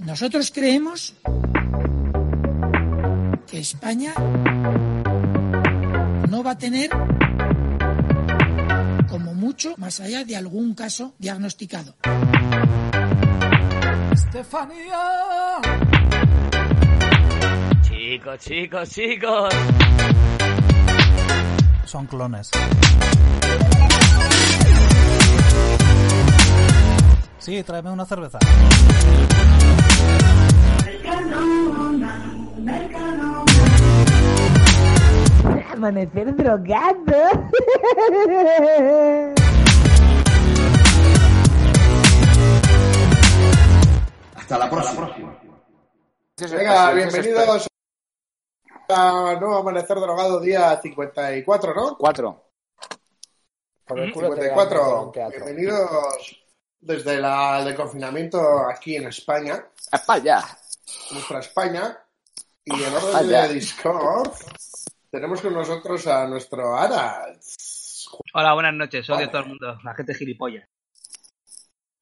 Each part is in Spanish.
Nosotros creemos que España no va a tener como mucho más allá de algún caso diagnosticado. Estefanía. Chicos, chicos, chicos. Son clones. Sí, tráeme una cerveza. Amanecer drogado. Hasta la próxima. Venga, bienvenidos a nuevo Amanecer Drogado, día 54, ¿no? Cuatro. Por el culo te dan 54. un teatro. Bienvenidos desde la, el confinamiento aquí en España, España. nuestra España. Y en orden Vaya. de Discord tenemos con nosotros a nuestro Aras. Hola, buenas noches. Odio a todo el mundo. La gente gilipollas.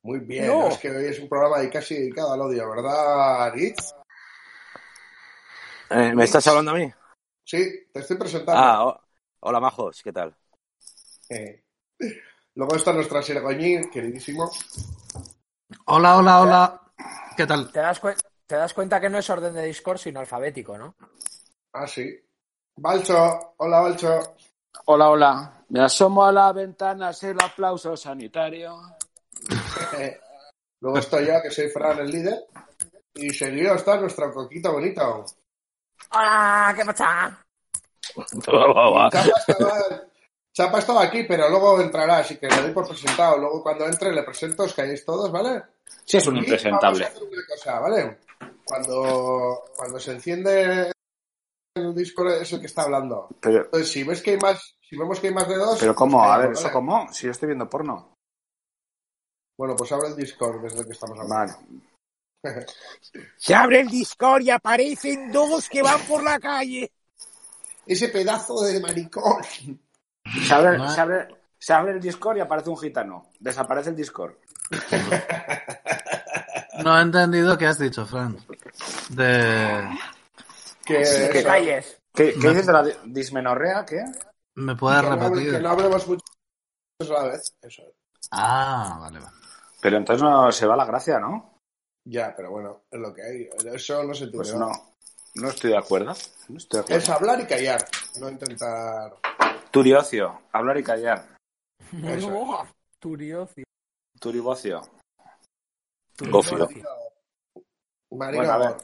Muy bien, No. es que hoy es un programa de casi dedicado al odio, ¿verdad, Aritz? Eh, ¿Me estás hablando a mí? Sí, te estoy presentando. Ah, ho- hola, majos, ¿qué tal? Eh, Luego está nuestra Sirgoñín, queridísimo. Hola, hola, hola. ¿Qué tal? ¿Te das, cuen- te das cuenta que no es orden de Discord, sino alfabético, ¿no? Ah, sí. Balcho, hola Balcho. Hola, hola. Me asomo a la ventana, sé el aplauso sanitario. Eh, Luego estoy yo, que soy Fran, el líder. Y seguido está nuestro coquito bonito. ¡Hola! ¿Qué pasa? Chapa estaba, Chapa estaba aquí, pero luego entrará, así que lo doy por presentado. Luego cuando entre le presento, os calléis todos, ¿vale? Sí, es un Y impresentable. Vamos a hacer una cosa, ¿vale? Cuando, cuando se enciende el Discord es el que está hablando. Pero, Entonces, si ves que hay más, si vemos que hay más de dos... pero ¿cómo? A ver, ¿vale? ¿eso cómo? Si yo estoy viendo porno. Bueno, pues abre el Discord desde que estamos hablando. Vale. Se abre el Discord y aparecen dos que van por la calle. Ese pedazo de maricón. Se abre, se abre- se abre el Discord y aparece un gitano. Desaparece el Discord. No he entendido qué has dicho, Fran. De... Que, Sí, que- eso, Calles. ¿Qué, qué No. dices de la di- dismenorrea? ¿Qué? ¿Me que puedes no hable- que repetir? no hablemos mucho a la vez. Eso. Ah, vale, vale. Pero entonces no se va la gracia, ¿no? Ya, pero bueno, es lo que hay. Eso no se entiende. Pues no. No estoy de acuerdo. No estoy de Es acuerdo. hablar y callar, no intentar. Turiocio. Hablar y callar. Eso. Turiocio. Turibocio. Turiocio. Marino, Bueno, a ver.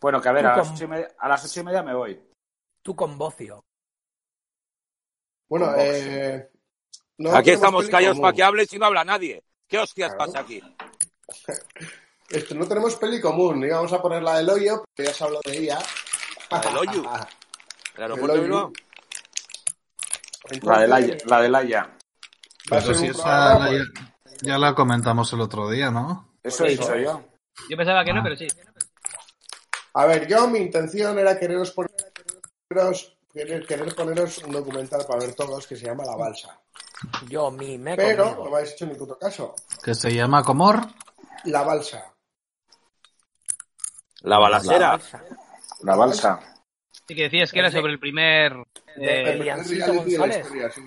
Bueno, que a ver, a Tú las, con- ocho y media, a las ocho y media me voy. Tú con bocio. bueno, Con Vox. eh, no Aquí tenemos estamos peli callados común. para que hables y no habla nadie. ¿Qué hostias Claro. pasa aquí? Esto, no tenemos peli común. Íbamos a poner la del hoyo, pero ya se habló de ella. La del hoyo. ¿El aeropuerto de El hoyo. La Bilbao? de Laia. Entonces, La de Laia. va a Pero ser si un esa programa, la- ya, ya la comentamos el otro día, ¿no? Eso he dicho yo. Yo pensaba que no, pero sí. A ver, yo mi intención era quereros poneros, querer, querer poneros un documental para ver todos que se llama La Balsa. Yo, mi, me Pero no conmigo. me habéis hecho ni puto caso. Que se llama Comor. La Balsa. La balacera. La balsa. Y que decías que era sobre el primer. De- eh, El primer Eliancito reality de la González. historia, sí.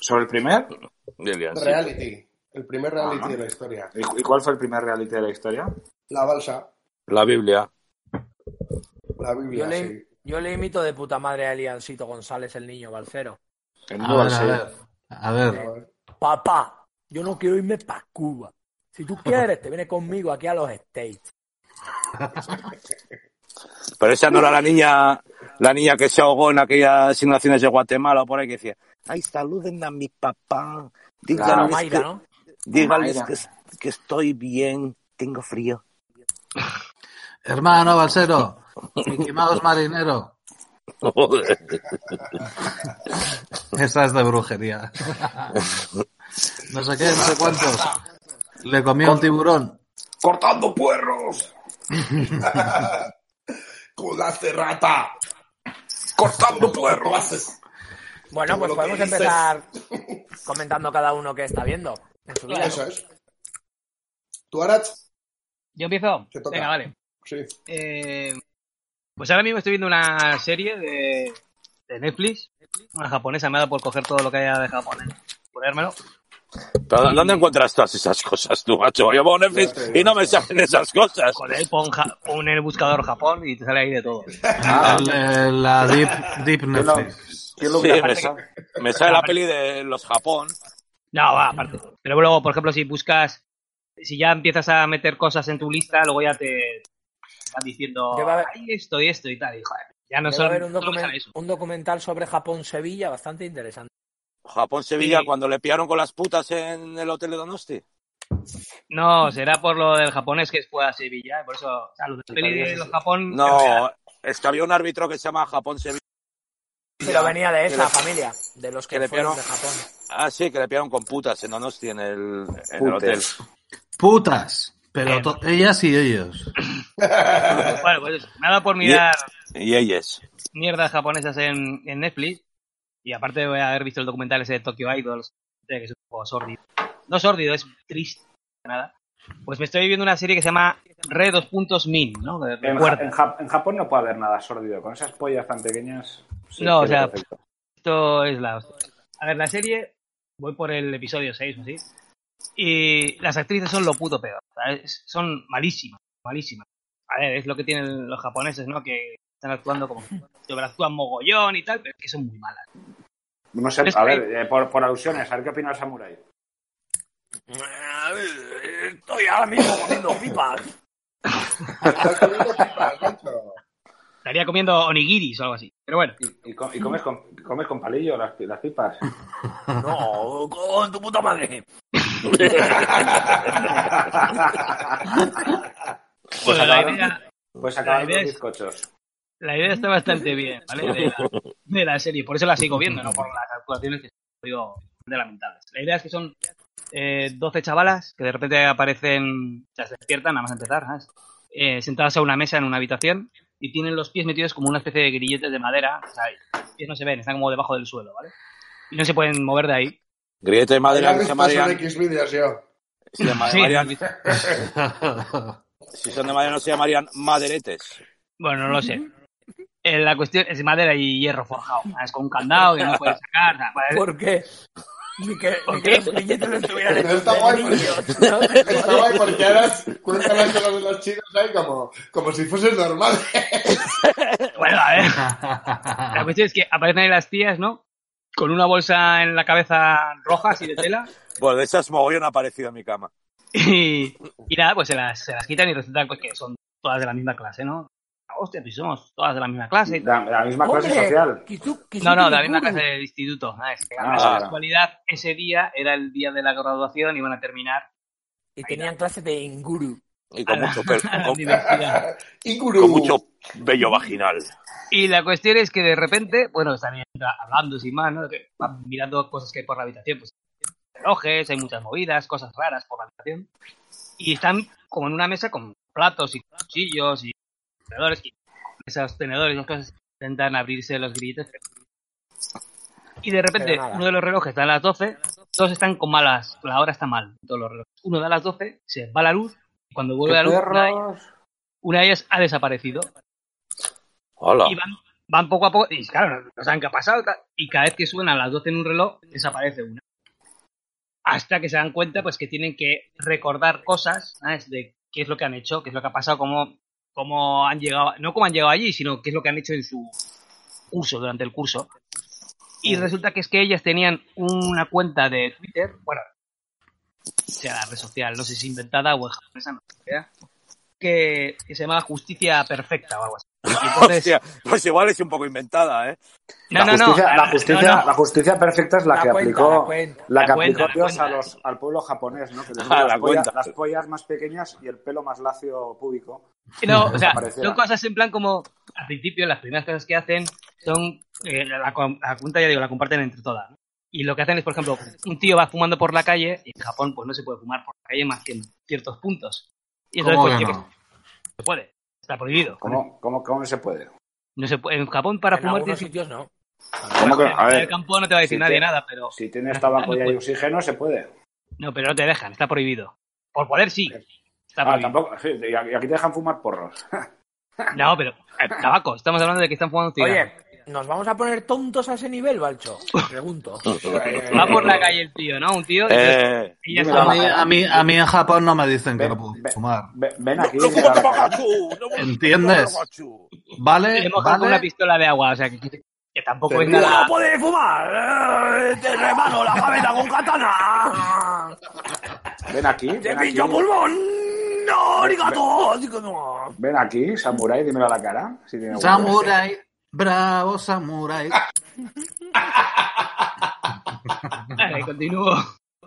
¿Sobre el primer? Del Lian, sí. Reality. El primer reality Ajá. de la historia. ¿Y cu- y cuál fue el primer reality de la historia? La Balsa. La Biblia. La yo, Biblia, sí. le, yo le imito de puta madre a Eliancito González, el niño balcero. El A Dual, ver, a sí. ver. A ver. A ver. Papá, yo no quiero irme para Cuba. Si tú quieres, te vienes conmigo aquí a los States. Pero esa no era la niña, la niña que se ahogó en aquellas inundaciones de Guatemala o por ahí que decía, ay, saluden a mi papá. Claro, Claro, Díganles, Mayra, que, ¿no? díganles Mayra. que- que estoy bien, tengo frío. Hermano Balsero, Mickey marinero. Esa es de brujería. no sé qué, no sé cuántos. Le comió un tiburón. ¡Cortando puerros! ¡Con la cerrata! ¡Cortando puerros! Bueno, pues podemos empezar comentando cada uno que está viendo en su vida. Eso es. ¿Tú, Arach? Yo empiezo. Te toca. Venga, vale. Sí. Eh, pues ahora mismo estoy viendo una serie de, de Netflix. Una japonesa me ha dado por coger todo lo que haya de Japón, y ponérmelo. ¿Pero ¿Dónde encuentras todas esas cosas tú, macho? Yo pongo Netflix Ya te digo, y no me macho. salen esas cosas. Joder, pon, ja- pon el buscador Japón y te sale ahí de todo. Ah, El- el- la Deep, deep Netflix. ¿Qué es lo Sí, que me, pasa? sa- me sale la peli de los Japón. No, va, aparte. Pero luego, por ejemplo, si buscas, si ya empiezas a meter cosas en tu lista, luego ya te van diciendo, Yo va a haber- hay esto y esto y tal. Y, joder, ¿eh? ya no Debe solo, haber un, solo me documen- sale eso. un documental sobre Japón-Sevilla bastante interesante. Japón-Sevilla, Sí. cuando le pillaron con las putas en el hotel de Donosti. No, será por lo del japonés que fue a Sevilla, y por eso, o sea, lo de la peli de los Japón. en realidad, No, es que había un árbitro que se llama Japón-Sevilla. Pero venía de esa le- familia, de los que, que le fueron piano- de Japón. Ah, sí, que le pillaron con putas en Donosti en el, en el Putas. hotel. Putas. Eh. Pero to- ellas y ellos. Bueno, pues eso. me ha dado por mirar Y ellas. mierdas japonesas en, en Netflix. Y aparte voy a haber visto el documental ese de Tokyo Idols, que es un poco sórdido. No sórdido, es triste, nada. Pues me estoy viendo una serie que se llama Re 2.min, ¿no? Que En, recuerda. en Ja- en Japón no puede haber nada sordido. Con esas pollas tan pequeñas. sí, No, o tiene sea, perfecto. Esto es la hostia. A ver, la serie, voy por el episodio 6 o así. Y las actrices son lo puto peor. ¿sabes? Son malísimas, malísimas. A ver, es lo que tienen los japoneses, ¿no? Que están actuando como... Sobreactúan mogollón y tal, pero es que son muy malas. No sé, es a que- ver, eh, por, por alusiones, a ver qué opina el samurái. Estoy ahora mismo comiendo pipas. Estás comiendo pipas, macho. Estaría comiendo onigiris o algo así. Pero bueno, ¿Y, y com- y comes, con, comes con palillo las, pi- las pipas? No, con tu puta madre. bueno, la, acabaron. idea, Pues acabar La los idea es- bizcochos. la idea está bastante bien, ¿vale? De la, de la serie. Por eso la sigo viendo, no por las actuaciones que son, digo, de lamentables. La idea es que son eh, 12 chavalas que de repente aparecen, ya se despiertan, nada más empezar, ¿sabes? Eh, sentadas a una mesa en una habitación y tienen los pies metidos como una especie de grilletes de madera. O sea, los pies no se ven, están como debajo del suelo, ¿vale? Y no se pueden mover de ahí. Griete de Ya Madrid he se visto eso en llamarían. X vídeos yo. se llama- Sí. llamarían- si son de Madrid no se llamarían maderetes. Bueno, no lo sé. Eh, la cuestión es madera y hierro forjado. ¿sabes? Con un candado que no puedes sacar. ¿sabes? ¿Por qué? Ni que, ni que los billetes no estuvieran Pero está hechos de guay, brillos, porque- ¿no? Está guay porque ahora cuentan las cosas de los chinos ahí como, como si fuese normal. Bueno, a ver. La cuestión es que aparecen ahí las tías, ¿no? Con una bolsa en la cabeza roja, así de tela. Bueno, de esas mogollón ha aparecido en mi cama. Y, y nada, pues se las, se las quitan y resulta pues, que son todas de la misma clase, ¿no? Hostia, pues somos todas de la misma clase. La, la misma clase Hombre, social. Kizu- Kizu No, no, de la Kirikuru. misma clase del instituto. Ah, es que Ah, la vale. casualidad, ese día era el día de la graduación y iban a terminar Y tenían clase de Inguru. Y con mucho, pel- a la con- universidad. Inguru. con mucho vello vaginal. Y la cuestión es que de repente, bueno, están hablando sin más, ¿no? Que van mirando cosas que hay por la habitación, pues relojes, hay muchas movidas, cosas raras por la habitación. Y están como en una mesa con platos y cuchillos y tenedores. Y esos tenedores y esas cosas intentan abrirse los grilletes. Y de repente, Pero nada. uno de los relojes da a las 12, todos están con malas, la hora está mal, todos los relojes. Uno da a las 12, se va la luz, y cuando vuelve la luz, una de ellas- una de ellas ha desaparecido Hola. y van, van poco a poco. Y claro, no saben qué ha pasado. tal, Y cada vez que suenan las 12 en un reloj, desaparece una. Hasta que se dan cuenta, pues que tienen que recordar cosas, ¿sabes? De qué es lo que han hecho, qué es lo que ha pasado, cómo, cómo han llegado, no cómo han llegado allí, sino qué es lo que han hecho en su curso, durante el curso. Y resulta que es que ellas tenían una cuenta de Twitter, bueno, sea la red social, no sé si inventada o en japonesa, no sé, que, que se llamaba Justicia Perfecta o algo así. Entonces- Hostia, pues igual es un poco inventada, ¿eh? No, la no, no. justicia, La No, justicia, no. la justicia perfecta es la, La que cuenta, aplicó, la cuenta. la que La cuenta, aplicó la Dios a cuenta. los, al pueblo japonés, ¿no? Que les Ah, dio la las, pollas, cuenta. las pollas más pequeñas y el pelo más lacio púbico. No, o sea, Desapareciera. son cosas en plan como, al principio, las primeras cosas que hacen son, eh, la, com- la cuenta ya digo, la comparten entre todas. ¿no? Y lo que hacen es, por ejemplo, un tío va fumando por la calle, y en Japón pues no se puede fumar por la calle más que en ciertos puntos. Y entonces, ¿Cómo pues, que yo que- no? se puede, está prohibido. ¿Cómo, cómo, cómo se puede? No se puede, en Japón para En fumar... algunos tienes- sitios no. ¿Cómo que no? En el campo no te va a decir nadie tienes- nada, pero- Si tienes tabaco No y hay puede. oxígeno, se puede. No, pero no te dejan, está prohibido. Por poder sí. Está Ah, prohibido. tampoco. sí, Y aquí te dejan fumar porros. No, pero eh, tabaco, estamos hablando de que están fumando cigarro. Oye, ¿nos vamos a poner tontos a ese nivel, Balcho? Pregunto. Pues, Eh, va por la calle el tío, ¿no? Un tío... Eh, y ya a, está. mí, a, mí, a mí en Japón no me dicen que no puedo fumar. Ven aquí. No, no mira, como la- ¿Entiendes? Y Vale, le mojan con una vale. pistola de agua, o sea, que, que tampoco es Tendría- pues nada... ¡No puede fumar! ¡Eh, ¡Te remano la cabeza con katana! Ven aquí. ¡Te Ven aquí. pincho pulmón! ¡No, arigato! Así que no. Ven aquí, samurai, dímelo a la cara. Si tiene huevos. Samurai, bravo samurai. Vale, continúo.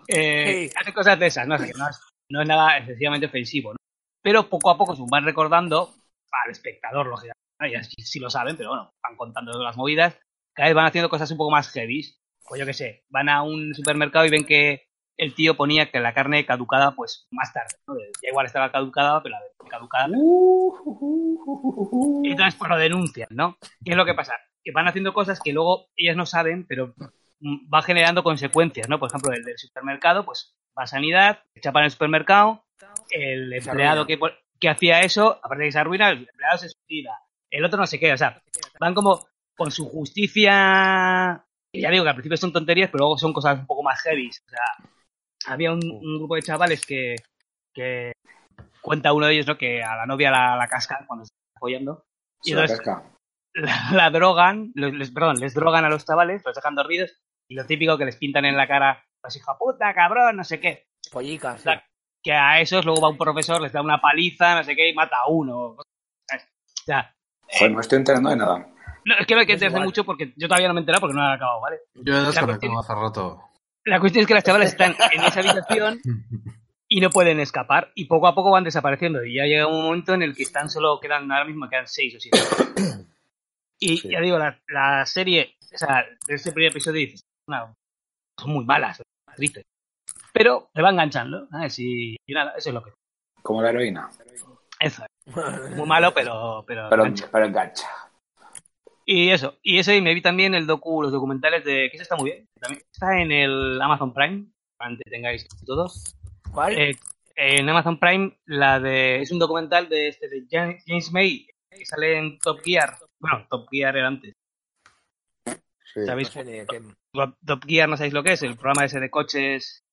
Eh, Hace cosas de esas, ¿no? O sea, que no, es, no es nada excesivamente ofensivo, ¿no? Pero poco a poco se van recordando al espectador, lógicamente. ¿no? Ya sí, sí lo saben, pero bueno, van contando las movidas. Cada vez van haciendo cosas un poco más heavy. O yo qué sé, van a un supermercado y ven que el tío ponía que la carne caducada, pues más tarde. ¿no? Ya igual estaba caducada, pero la de caducada. Y entonces pues lo denuncian, ¿no? ¿Qué es lo que pasa? Que van haciendo cosas que luego ellas no saben, pero mm, va generando consecuencias, ¿no? Por ejemplo, el del supermercado, pues va a sanidad, chapan el supermercado, el empleado que, pon- que hacía eso, aparte de que se arruina, el empleado se suicida, el otro no sé qué, o sea, van como con su justicia, que ya digo que al principio son tonterías, pero luego son cosas un poco más heavy, o sea, había un, un grupo de chavales que, que cuenta uno de ellos, ¿no? Que a la novia la, la cascan cuando se está follando. Y Se la entonces- casca. la, la drogan, los- les, perdón, les drogan a los chavales, los dejan dormidos y lo típico que les pintan en la cara, pues hija puta, cabrón, no sé qué. Pollicas. Que a esos luego va un profesor, les da una paliza, no sé qué, y mata a uno. ¿sabes? O sea, Joder, Pues no estoy enterando de nada. no, es que no hay que enterarse mucho porque yo todavía no me he enterado porque no lo he acabado, ¿vale? Yo he La desconectado hace rato. La cuestión es que las chavales están en esa habitación y no pueden escapar y poco a poco van desapareciendo y ya llega un momento en el que están solo quedan ahora mismo quedan seis o siete. Y ya digo, la, la serie, o sea, de ese primer episodio dices, "No, son muy malas, tristes". Pero te va enganchando, ¿sabes? Y, y nada, eso es lo que Como la heroína. eso es. Muy malo, pero pero, Pero, engancha. pero engancha. Y eso, y eso y me vi también el docu, los documentales de que eso está muy bien. También está en el Amazon Prime, para que tengáis todos. ¿Cuál? Eh, en Amazon Prime la de es un documental de este de Jan- James May que sale en Top Gear. Bueno, Top Gear era antes. ¿Sabéis? Top- Top Gear no sabéis lo que es, el programa ese de coches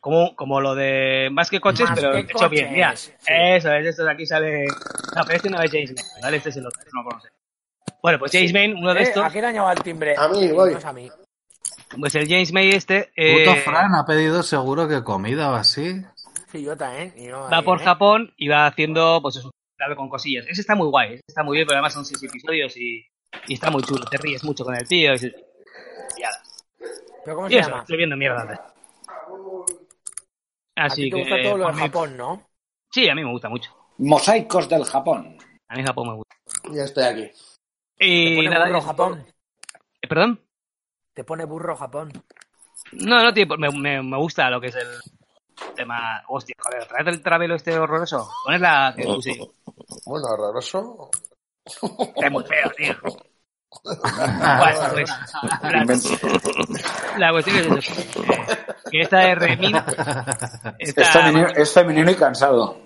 como, como lo de más que coches, Más pero que hecho bien, coches, mira. sí. Eso es, esto de aquí sale. No, pero este no es James May, ¿vale? Este es el otro, no lo conoce. Bueno, pues James May, uno de Eh, estos. ¿A quién ha llamado el timbre? A mí, voy. No es a mí. Pues el James May este eh, Puto Fran ha pedido seguro que comida o así. Sí, yo también. y no, va ahí, por ¿eh? Japón y va haciendo pues eso, claro, con cosillas. Ese está muy guay, ese está muy bien, pero además son seis episodios y, y está muy chulo. Te ríes mucho con el tío. Y, ¿Pero cómo y se eso, llama? estoy viendo mierda. Así a ti te que gusta todo lo de por mí- Japón, ¿no? Sí, a mí me gusta mucho. Mosaicos del Japón. A mí Japón me gusta. Ya estoy aquí. Y pone nada, burro es- Japón. eh, ¿Perdón? Te pone burro Japón. No, no, tío, me, me, me gusta lo que es el tema. Hostia, joder, traed el travelo este horroroso. Pones la que puse yo. Bueno, regreso. Es muy feo, tío. Bueno, Bueno, pues, la, la cuestión es eso. Eh, Que esta es Remina. Es, Esta, femenino, es femenino y cansado.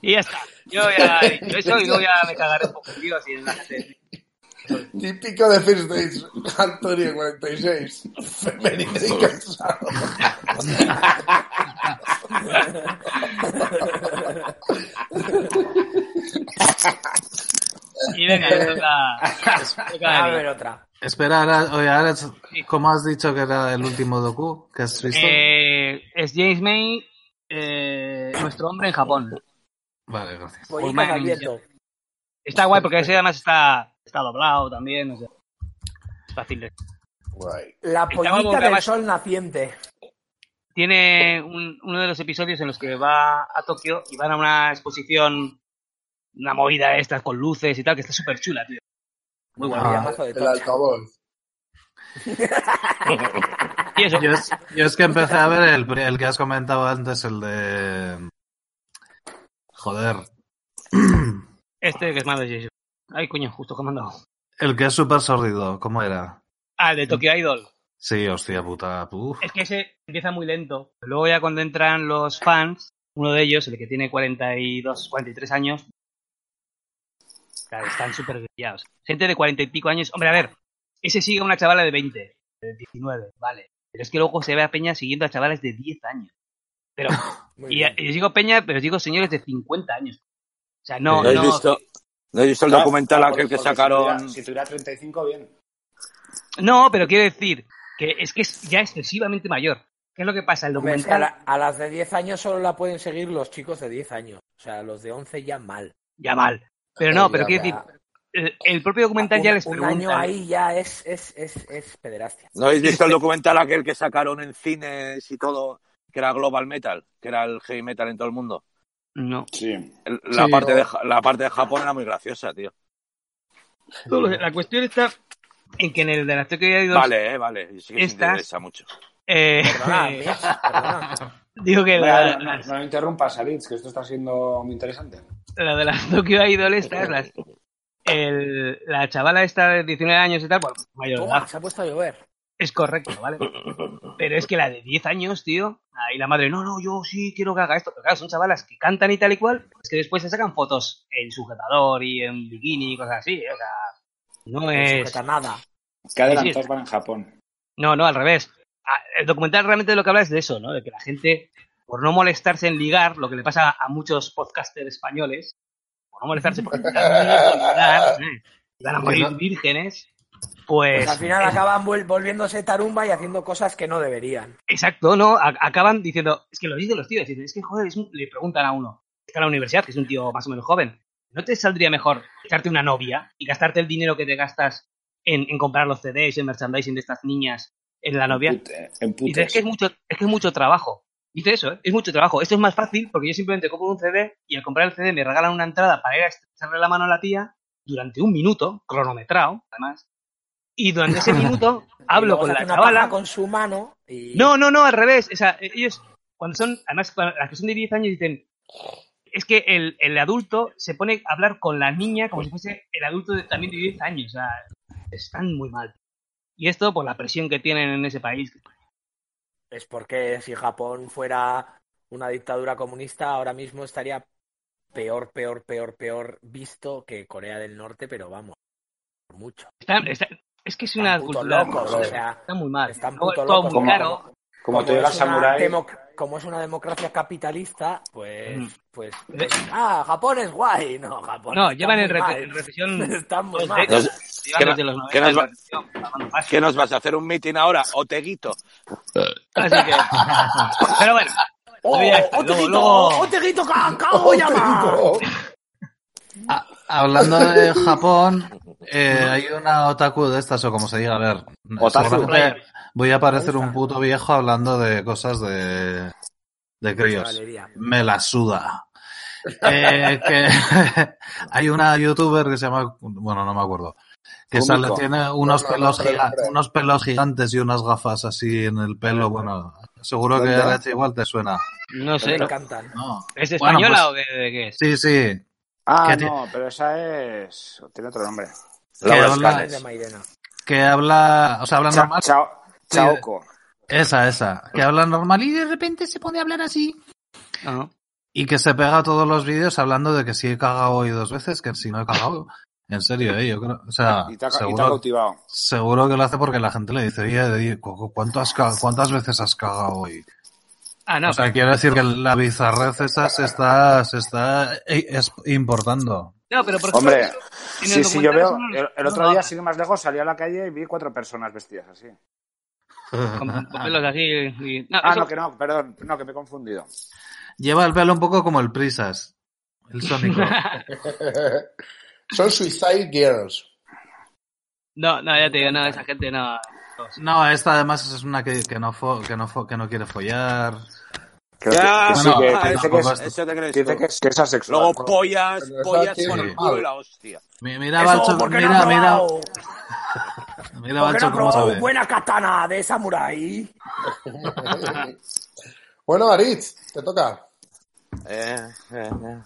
y ya está. Yo ya he dicho eso y luego ya me cagaré un poco, tío, así en la gente. Típico de First Days, Antonio 46. Femenino y cansado. Y venga, me toca. me toca A a mí. ver otra. Espera, ahora, oye, ahora es- ¿cómo has dicho que era el último docu que has visto? Eh, es James May, eh, nuestro hombre en Japón. Vale, gracias. Pues más Pues abierto. Está guay porque ese además está, está doblado también. O sea, es fácil de. Guay. La Está pollita como que del más- sol naciente. Tiene un- uno de los episodios en los que va a Tokio y van a una exposición, una movida de estas con luces y tal, que está súper chula, tío. Muy guay. Había mazo de Ah, El tocha. altavoz. Y eso, Yo es, yo es que empecé a ver el, pri- el que has comentado antes, el de. Joder. este que es más de Jason. Ay, coño, justo que me han dado. El que es súper sordido, ¿cómo era? Ah, el de Tokyo Idol. Sí, hostia puta. Uf. Es que ese empieza muy lento. Luego ya cuando entran los fans, uno de ellos, el que tiene 42, 43 años, claro, están súper brillados. Gente de 40 y pico años. Hombre, a ver, ese sigue a una chavala de 20, de 19, Eh, vale. Pero es que luego se ve a Peña siguiendo a chavales de 10 años. Pero, Muy y, bien. y os digo Peña, pero os digo señores de 50 años. O sea, no, ¿No habéis no, visto, ¿no habéis visto el documental aquel que sacaron? Mm. Si tuviera 35, bien. no, pero quiero decir que es que es ya excesivamente mayor. ¿Qué es lo que pasa? El Hombre, es que a, documental... la- a las de 10 años solo la pueden seguir los chicos de 10 años. O sea, los de 11 ya mal. ya mal. Pero no, Ya pero quiero mal. decir, el, el propio documental ya eh, Un- les un, pregunta. año ahí ya es, es, es, es pederastia. ¿No habéis visto el documental aquel que sacaron en cines y todo? Que era Global Metal, que era el heavy metal en todo el mundo. No. Sí. El- La, Sí, parte no. de, Ja- la parte de Japón era muy graciosa, tío. No lo sé, La cuestión está en que en el de las Tokyo Idol Vale, eh, vale. Sí que se Estas- interesa mucho. eh, Perdona, Mitch, perdona. digo que Vale, la, no, las- no, no interrumpas, Alitz, que esto está siendo muy interesante. la de las Tokyo Idol estas, las- el- la chavala esta de 19 años y tal, bueno, mayor de Toma, edad, se ha puesto a llover. es correcto, ¿vale? Pero es que la de 10 años, tío, ahí la madre, no, no, yo sí quiero que haga esto. Pero claro, son chavalas que cantan y tal y cual, es que después se sacan fotos en sujetador y en bikini y cosas así, ¿eh? o sea, no No es... sujeta nada. Que Sí, adelantos sí. van en Japón. No, no, al revés. Ah, El documental realmente de lo que habla es de eso, ¿no? De que la gente, por no molestarse en ligar, lo que le pasa a muchos podcasters españoles, por no molestarse por ligar, ligar, ¿eh? Y van a morir vírgenes, pues... Pues al final acaban vuel- volviéndose tarumba y haciendo cosas que no deberían. Exacto, ¿no? A- acaban diciendo, es que lo dicen los tíos, dicen, es que joder, es un- le preguntan a uno, que está en la universidad, que es un tío más o menos joven, ¿no te saldría mejor echarte una novia y gastarte el dinero que te gastas en, en comprar los CDs, en merchandising de estas niñas en la novia? En pute- En Dice, es putes. que es mucho, es que es mucho trabajo. Dice eso, ¿eh? es mucho trabajo. Esto es más fácil porque yo simplemente compro un CD y al comprar el CD me regalan una entrada para ir a echarle la mano a la tía durante un minuto, cronometrado, además. Y durante ese minuto Y hablo luego con se la hace una paja chavala. con su mano y No, no, no, al revés. O sea, eh, ellos, cuando son, además, cuando- las que son de 10 años dicen, es que el, el adulto se pone a hablar con la niña como si fuese el adulto de- también de 10 años. O sea, están muy mal. Y esto por la presión que tienen en ese país. es porque si Japón fuera una dictadura comunista ahora mismo estaría peor, peor, peor, peor visto que Corea del Norte, pero vamos, por mucho. Están- están- es que es Están una puto cultura. locos, no, o sea, está muy mal. están Todo- puto todo locos. muy Como- caro. Como te digas es una samurái. democ- como es una democracia capitalista, pues, Mm. pues, pues, ah, Japón es guay, no, Japón. No, está llevan muy en Ah, re- mal. en recesión Están muy dos mal. décadas. Nos- Llevan ¿qué no- desde los 90 qué nos va- en relación, pagando pasos. ¿Qué nos vas a hacer un mitin ahora? ¿O teguito? Así que. Pero bueno. Ah, Oh, yo ya estoy. Luego- luego- ¡Oh, te digo! Ah, hablando de Japón, eh, hay una otaku de estas, o como se diga, a ver. Otaku. seguramente Voy a parecer un puto viejo hablando de cosas de, de críos. Valeria. Me la suda. Eh, que hay una youtuber que se llama, bueno, no me acuerdo, que Kumiko. sale, tiene unos No, no, pelos, no, no, no, giga- no, no. unos pelos gigantes y unas gafas así en el pelo. Bueno, seguro que ¿Dónde? Arech igual te suena. No sé. Me ¿no? encantan. No. ¿Es Bueno, española pues, o qué, de qué es? Sí, sí. Ah, ¿Qué ti- no, pero esa es. Tiene otro nombre. Laura Que habla- Escanes. De Mairena. Que habla, o sea, habla Cha- normal. chao- Sí, Chaoko. Esa, esa. Que habla normal y de repente se pone a hablar así. No, no. Y que se pega a todos los vídeos hablando de que si he cagado hoy dos veces, que si no he cagado. En serio, eh, yo creo. O sea, Y te ha, ca- y te ha seguro, cautivado. seguro que lo hace porque la gente le dice, oye, oye, cu- cu- ¿cuánto has ca- ¿cuántas veces has cagado hoy? Ah, no. O sea, quiero decir que la bizarrez esa se está, se está eh, es- importando. no, pero por Hombre, ejemplo, en el Sí, sí, yo documental veo. eso no- El, el no otro lo día, hablan. sin ir más lejos, salí a la calle y vi cuatro personas vestidas así. Con, con pelos así. y- no, Ah, eso- no, que no, perdón, no, que me he confundido. Lleva el pelo un poco como el prisas. El Sónico. Son Suicide Girls. No, no, ya te digo, no, esa gente no. No, esta además es una que, que no, fo- que, no fo- que no quiere follar. Que- que sí, Bueno, que- ah, que dice que es- tampoco es- eso te crees Dice tú. que es- que es asexual. Luego pollas, Pero eso pollas tiene con el que- culo y la hostia. Mi- Mira, Balcho, porque mira, no ha mira, probado. mira, ¿Por qué no Balcho, ha cómo probado sabe. buena katana de samurái? Bueno, Aritz, te toca. Eh, eh, eh.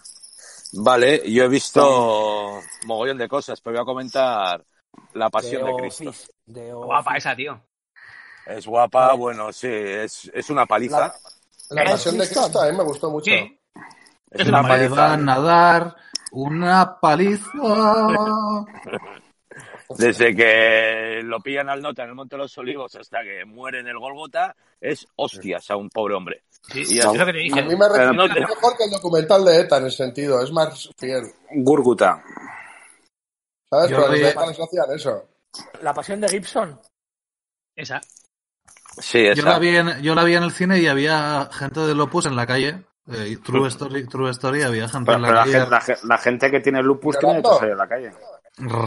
Vale, yo he visto mogollón de cosas, pero voy a comentar la pasión de Cristo. Office, de Guapa Office. esa, tío. Es guapa, bueno, sí, es, es una paliza. La, la ¿Qué? pasión de Cristo a mí me gustó mucho. ¿Qué? Es Me una va a paliza. nadar una Ah. paliza. Desde que lo pillan al nota en el Monte de los Olivos hasta que muere en el Golgota, es hostias a un pobre hombre. Sí, Y es así- lo que te A dije. mí me resultó no te- mejor que el documental de ETA en el sentido, es más fiel. Gúrguta. ¿Sabes? Yo Pero los de río. ETA les hacían eso. La pasión de Gibson. Esa. Sí, Yo esa. la, vi en, yo la vi en el cine y había gente del Opus en la calle. Eh, true Story, True Story, había gente Pero, en la pero la, calle gente, la gen- la gente que tiene lupus tiene Llorando. derecho a salir a la calle.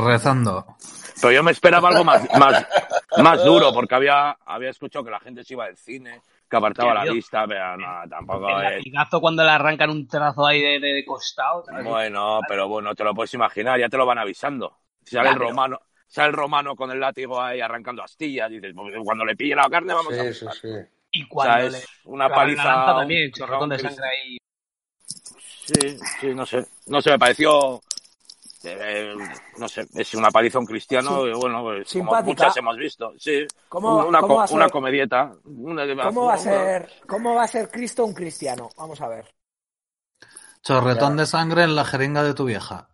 rezando. Pero yo me esperaba algo más, más, más duro, porque había, había escuchado que la gente se iba del cine, que apartaba Ya, la tío. vista, pero no, tampoco El es. latigazo cuando le arrancan un trazo ahí de, de- de costado. ¿sabes? Bueno, pero bueno, te lo puedes imaginar, ya te lo van avisando. Sale Ya, el pero- romano, sale el romano con el látigo ahí arrancando astillas, dices, pues, cuando le pille la carne vamos a. Sí, sí, sí. Y O sea, cuando le es una clavan paliza. la lanza a un también, chico, a chorretón un de Cristo. sangre ahí. Sí, sí, no sé. No sé, me pareció. eh, no sé, es una paliza a un cristiano, Sí. y bueno, pues, como Simpática. muchas hemos visto. Sí, ¿Cómo- una, cómo co- va a ser- una comedieta. una- ¿Cómo va, a una- ser, ¿Cómo va a ser Cristo un cristiano? Vamos a ver. Chorretón de sangre en la jeringa de tu vieja.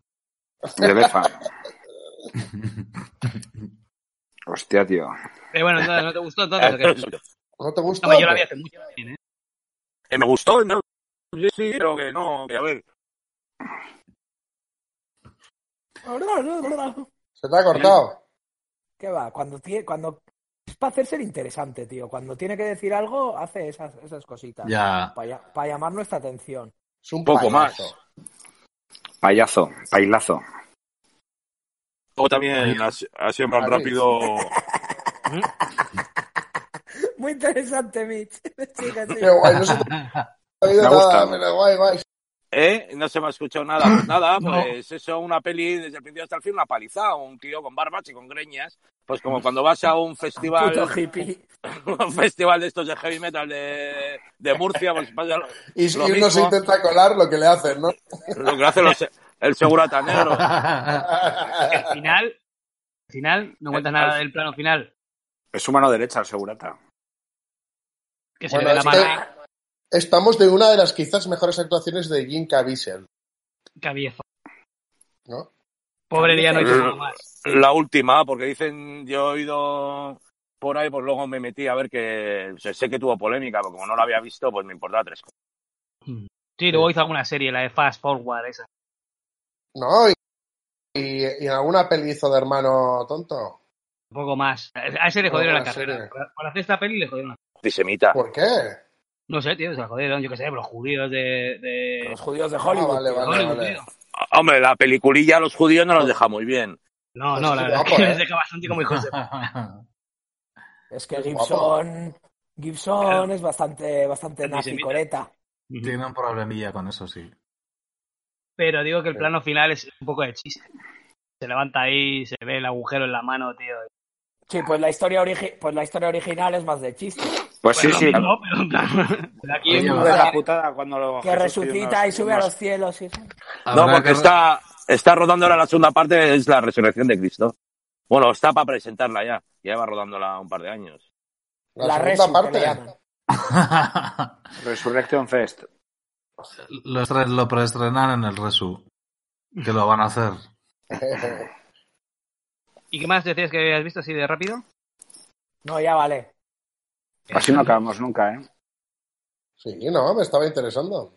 De lefa. Hostia, tío. Pero bueno, entonces, ¿no te gustó entonces? o qué? ¿No te gustó? No, pero yo la vi hace mucho también, ¿eh? Eh, me gustó, ¿no? Sí, sí, pero que no, que a ver. Se te ha cortado. ¿Qué va? Cuando tiene, cuando es para hacerse el interesante, tío. Cuando tiene que decir algo, hace esas, esas cositas. Ya. Para, llamar nuestra atención. Es un Poco payaso. más. Payazo, pailazo. O también ha, si- ha sido más Madrid. rápido. ¿eh? Muy interesante, Mitch. Sí, que sí. Qué guay, no sé te ha habido Me ha nada, gustado. pero guay, guay. ¿Eh? No se me ha escuchado nada. Pues nada, No. pues eso, una peli desde el principio hasta el fin, una paliza, un tío con barbas y con greñas. Pues como cuando vas a un Puto festival, hippie. un festival de estos de heavy metal de, de Murcia, pues pasa lo, Y, lo y uno se mismo, intenta colar lo que le hacen, ¿no? lo que hace los- el segurata negro. Al final, al final, no cuentas Eh, nada al- del plano final. Es su mano derecha, el segurata. Que se le Bueno, ve la es mano que- Estamos de una de las quizás mejores actuaciones de Jim Caviezel, ahí, cabeza. ¿no? Pobre día no hizo Cabeza. nada más. Sí. La última, porque dicen, yo he oído por ahí, pues luego me metí a ver que o sea, sé que tuvo polémica, pero como no la había visto, pues me importaba tres cosas. Sí, luego hizo alguna serie, la de Fast Forward, esa. No, y, y, y alguna peli hizo de hermano tonto. Un poco más. A ese le jodieron la Alguna carrera. serie. Para, para hacer esta peli le jodieron. la- Antisemita. ¿Por qué? No sé, tío, se la jodieron, yo qué sé, los judíos de. de... Los judíos de Hollywood. Ah, vale, tío. vale, Hollywood, vale. tío. Ah, Hombre, la peliculilla a los judíos no los deja muy bien. No, Pues no, la es que verdad guapo, es que ¿eh? les deja bastante como hijos de. Es que Qué Gibson, Gibson es bastante, bastante Antisemita. nazicoreta. Ujú. Tiene un problemilla con eso, sí. Pero digo que el plano final es un poco de chiste. Se levanta ahí, se ve el agujero en la mano, tío. Sí, pues la historia origi- pues la historia original es más de chiste. Pues sí, lo sí. mismo, pero en plan. pero aquí Es Oye, es una va. de la putada cuando lo Que resucita y sube a los cielos. y- No, Habrá porque que- está, está rodando ahora la segunda parte, es la resurrección de Cristo. Bueno, está para presentarla ya. Ya va rodándola un par de años. La, La segunda resu, que le parte. llaman. Resurrection Fest. Los tres lo preestrenan en el Resu. Que lo van a hacer. ¿Y qué más decías que habías visto así de rápido? No, ya vale. Así no acabamos nunca, ¿eh? sí, no, me estaba interesando.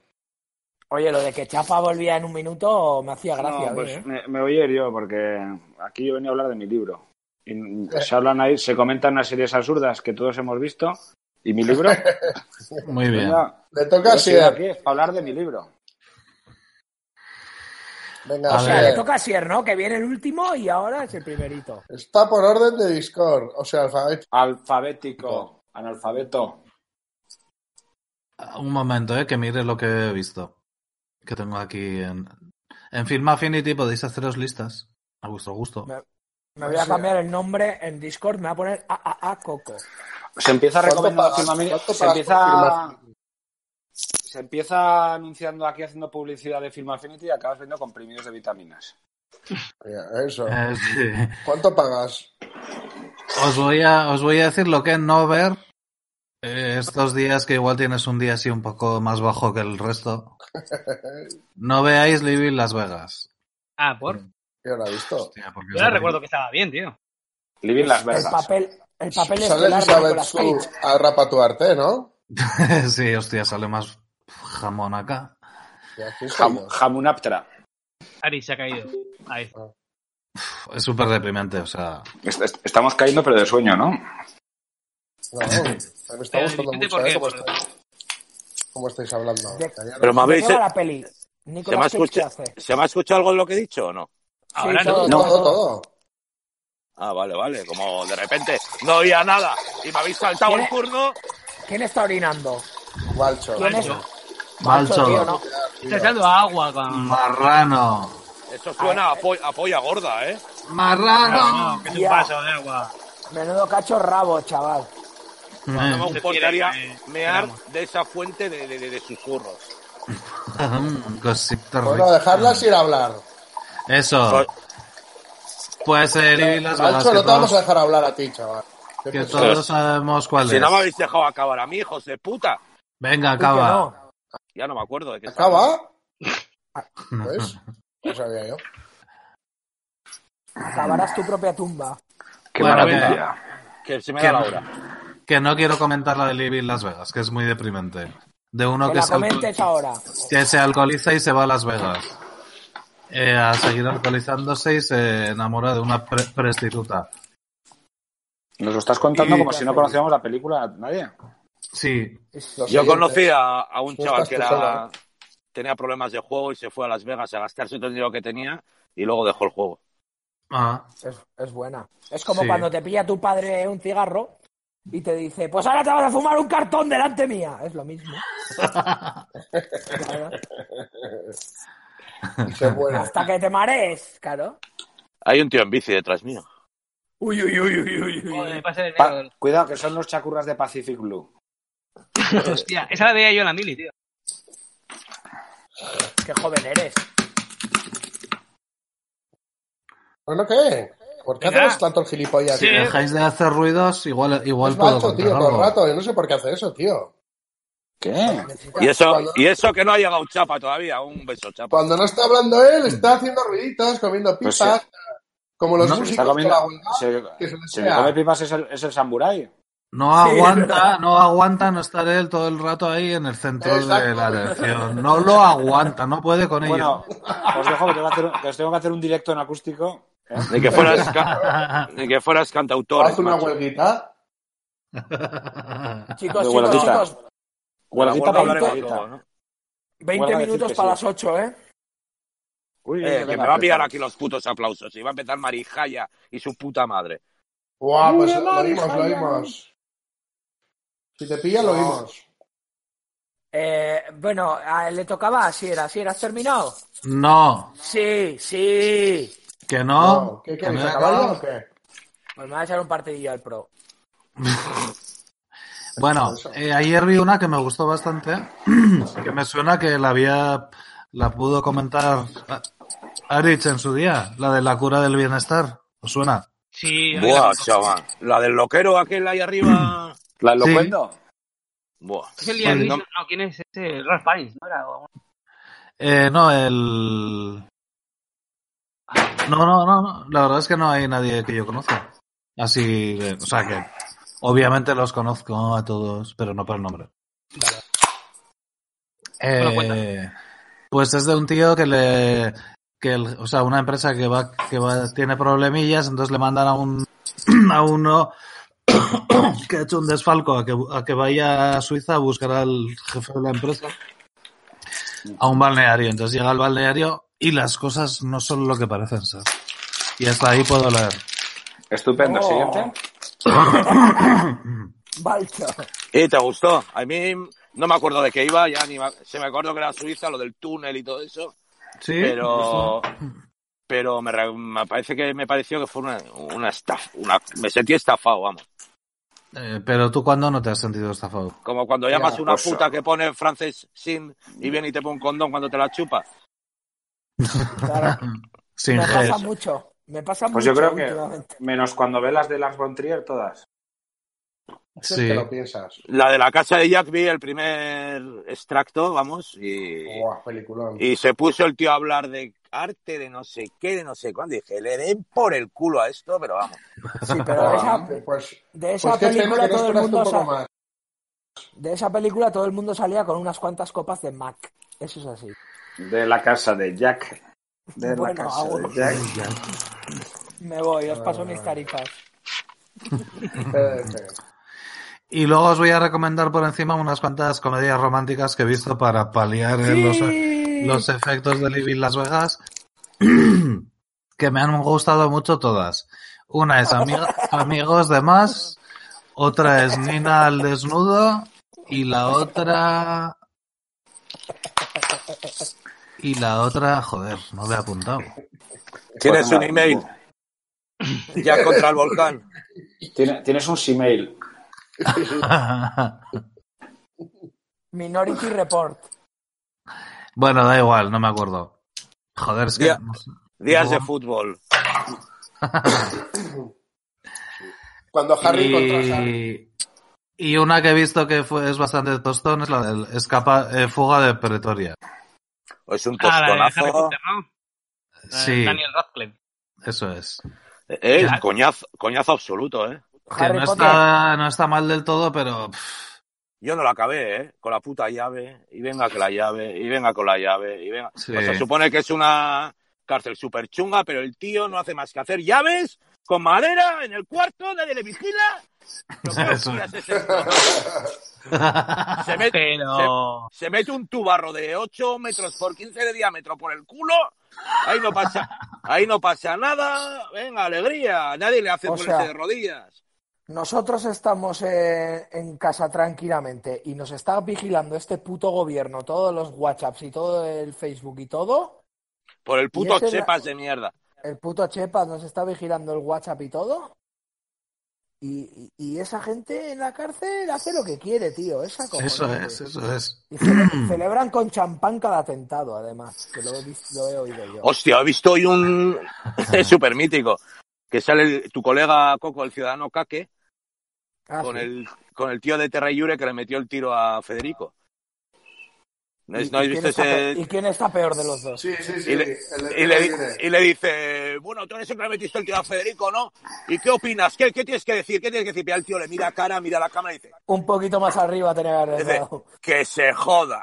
Oye, lo de que Chapa volvía en un minuto me hacía gracia. No, oye, pues ¿eh? me, me voy a ir yo, porque aquí yo venía a hablar de mi libro. Y se hablan ahí, se comentan unas series absurdas que todos hemos visto. ¿Y mi libro? Muy bien. Venga, Le yo toca a he sido Sier. aquí es para hablar de mi libro. Venga, o sea, le toca a Sier, ¿no? Que viene el último y ahora es el primerito. Está por orden de Discord, o sea, alfabético. Alfabético, analfabeto. Un momento, eh, que mire lo que he visto. Que tengo aquí en. En Film Affinity podéis haceros listas. A vuestro gusto. Me, me Pues voy a cambiar el nombre en Discord, me voy a poner AAA Coco. Se empieza a recomendar Se empieza se empieza anunciando aquí haciendo publicidad de Film Affinity y acabas viendo comprimidos de vitaminas. Eso. Ah, Sí. ¿Cuánto pagas? Os voy, a, os voy a decir lo que no ver eh, estos días que igual tienes un día así un poco más bajo que el resto. No veáis Living Las Vegas. Ah, ¿por? Yo la he visto. Hostia, Yo la recuerdo que estaba bien, tío. Living Las Vegas. El papel, el papel es Sale Elizabeth Su a Rapa Tuarte, ¿no? sí, hostia, sale más jamón acá. Jam, jamón aptra. Ari se ha caído. Ahí. Ah. Es súper deprimente, o sea. Estamos cayendo, pero de sueño, ¿no? No, me está gustando mucho ¿eh? ¿Cómo, estáis, cómo estáis hablando. De, pero me habéis. La peli. ¿Se, me ha escuchado, ¿Se me ha escuchado algo de lo que he dicho o no? Ahora sí, todo, no. Todo, todo. Ah, vale, vale. Como de repente no oía nada y me habéis saltado el turno. ¿Quién está orinando? Walcho. ¿Quién es? Malcho. Tío, ¿no? Está echando agua, con... Marrano. Eso suena a, po a polla gorda, ¿eh? Marrano. Que es un vaso de agua. Menudo cacho rabo, chaval. No Este me importaría mear de esa fuente de, de, de, de susurros. Cosita Bueno, dejarlas ir a hablar. Eso. Puede ser y las Malcho, balas no que te vamos a todos, dejar hablar a ti, chaval. ¿Qué que piensas? todos sabemos cuál Si es. no me habéis dejado acabar a mí, hijos de puta. Venga, Uy, que acaba. no. Ya no me acuerdo de qué estaba. ¿Acaba? ¿Ves? No sabía yo. Acabarás tu propia tumba. Qué Bueno, maravilla. Que se me Que da la no. hora. Que no quiero comentar la de Living Las Vegas, que es muy deprimente. De uno Que que la se, alco- comentes ahora. que se alcoholiza y se va a Las Vegas. Eh, a seguir alcoholizándose y se enamora de una pre- prostituta. Nos lo estás contando Y- como si no conocíamos la película nadie. Sí, Lo Yo siguiente. conocí a, a un Tú chaval estás que tú era, solo, tenía problemas de juego y se fue a Las Vegas a gastarse todo el dinero que tenía y luego dejó el juego. Ah, Es, es buena. Es como Sí. cuando te pilla tu padre un cigarro y te dice, pues ahora te vas a fumar un cartón delante mía. Es lo mismo. Claro. Y se muere. Hasta que te marees, claro. Hay un tío en bici detrás mío. Uy, uy, uy, uy, uy, uy. Joder, pase de Pa- negro. Cuidado, que son los chacurras de Pacific Blue. Hostia, esa la veía yo en la mili, tío. Qué joven eres. Bueno, ¿qué? ¿Por qué Venga. hacemos tanto el gilipollas? Sí. si tío? dejáis de hacer ruidos, igual, igual Es puedo macho, tío, todo el controlarlo. rato. Yo no sé por qué hace eso, tío. ¿Qué? Y eso, Cuando- y eso que no ha llegado Chapa todavía. Un beso, Chapa. Cuando no está hablando él, está haciendo ruiditos, comiendo Pues pipas, sí. como los No, Está músicos comiendo- de la huelga, se, que se les se vea. come pipas es el, es el samurái. No Sí, es aguanta, verdad. no aguanta no estar él todo el rato ahí en el centro de Exacto. la atención. No lo aguanta, no puede con Bueno, ello. os dejo que, tengo que hacer, que os tengo que hacer un directo en acústico. ¿eh? Ni que fueras, Ah. ca- ni que fueras cantautor. Haz una huelguita. Chicos, Muy Ah, chicos, buena pinta. chicos. Huelguita para hablaremos huelguita. luego, ¿no? 20 Huelga decir minutos que para sí. las 8, ¿eh? Uy, Eh, que venga, me va a pillar aprieta. aquí los putos aplausos. Y va a empezar Marijaya y su puta madre. Guau, pues Mira, lo Mari, vimos, lo Jaime. vimos. Si te pilla, lo No. vimos. Eh, bueno, a- le tocaba a Sierra. Sierra, ¿has terminado? No, Sí, sí. que No, no. ¿Qué que queréis, no he acabar ya acabado. o qué? Pues me va a echar un partidillo al pro. Bueno, eh, ayer vi una que me gustó bastante, que me suena que la había, la pudo comentar a- Arich en su día, la de la cura del bienestar. ¿Os suena? Sí, a mí la Buah, conozco. chaval. La del loquero aquel ahí arriba. ¿La Sí. elocuendo? Buah. Es el Sí. día de Luis- no, ¿quién es ese? Ralph Fiennes, ¿no era? O- Eh, no, el. No, no, no, no. La verdad es que no hay nadie que yo conozca. Así, de- o sea que. Obviamente los conozco a todos, pero no por el nombre. Eh, Bueno, cuenta. pues es de un tío que le. Que el- o sea, una empresa que va, que va, tiene problemillas, entonces le mandan a un, a uno que ha hecho un desfalco a que, a que vaya a Suiza a buscar al jefe de la empresa a un balneario. Entonces llega al balneario y las cosas no son lo que parecen ser. Y hasta ahí puedo leer. Oh. Estupendo, siguiente. Balcha. ¿Y Eh, te gustó? A mí no me acuerdo de qué iba, ya ni me- se me acuerdo que era Suiza, lo del túnel y todo eso. Sí, Pero, pero me, re- me parece que me pareció que fue una, una estafa, una- me sentí estafado, vamos. Eh, pero tú cuándo no te has sentido estafado. Como cuando llamas Ya, pues, a una oso. puta que pone francés sin y viene y te pone un condón cuando te la chupa. Sin me gel. pasa mucho. Me pasa Pues yo mucho creo últimamente. que, menos cuando ve las de Lars von Trier, todas. Sí. piensas. La de la casa de Jack vi el primer extracto, vamos, y, y se puso el tío a hablar de arte, de no sé qué, de no sé cuándo. Y dije, le den por el culo a esto, pero vamos. Sí, pero de esa, pues, de esa pues que este película que no todo el esperaste mundo un poco sa- más. de esa película todo el mundo salía con unas cuantas copas de Mac. Eso es así. De la casa de Jack. De Bueno, la casa aún- de Jack. Me voy, os paso Ah. mis tarifas. Y luego os voy a recomendar por encima unas cuantas comedias románticas que he visto para paliar eh, los, los efectos de Living Las Vegas, que me han gustado mucho todas. Una es Amiga- Amigos de Más, otra es Nina al Desnudo y la otra... Y la otra, joder, no le he apuntado. Tienes un email. Jack contra el volcán. Tiene- Tienes un Gmail. Minority Report. Bueno, da igual, no me acuerdo. Joder, es que... Día- no sé. Días de fútbol. Cuando Harry encontró a Sally. y, y una que he visto que fue, es bastante tostón es la del escapa, eh, fuga de Pretoria. Es un Ah, la de Harry tostonazo. Potter, ¿no? La de Sí. Daniel Radcliffe. Eso es. Eh, Ya. coñazo, coñazo absoluto, ¿eh? Que no está, no está mal del todo, pero pff, Yo no la acabé, ¿eh? Con la puta llave. Y venga que la llave, y venga con la llave, y venga. Sí. O sea, supone que es una cárcel súper chunga, pero el tío no hace más que hacer llaves con madera en el cuarto, nadie le vigila. Pero qué Eso hostias es. es esto? se, mete, Pero- se- se mete un tubarro de 8 metros por 15 de diámetro por el culo. Ahí no pasa, ahí no pasa nada. Venga, alegría. Nadie le hace O ponerse sea, de rodillas. Nosotros estamos eh, en casa tranquilamente y nos está vigilando este puto gobierno, todos los WhatsApps y todo el Facebook y todo. Por el puto este la- chepas de mierda. El puto Chepas nos está vigilando el WhatsApp y todo. Y, y- y esa gente en la cárcel hace lo que quiere, tío. Es eso acojonante. es, eso es. Y cele- celebran con champán cada atentado, además, que lo he, vis- lo he oído yo. Hostia, he visto hoy un súper mítico que sale el- tu colega Coco, el ciudadano Caque, Ah, con sí. el con el tío de Terrayure que le metió el tiro a Federico. ¿No, ¿Y- no y quién habéis visto está pe- ese? ¿Y quién está peor de los dos? y, le, y le di- y le dice, bueno, tú eres el que le metiste el tiro a Federico, ¿no? ¿Y qué opinas? ¿Qué, qué tienes que decir? ¿Qué tienes que decir? Y el tío le mira cara, mira la cámara y dice, Un poquito más arriba tenía que haber dice, dado. que se joda.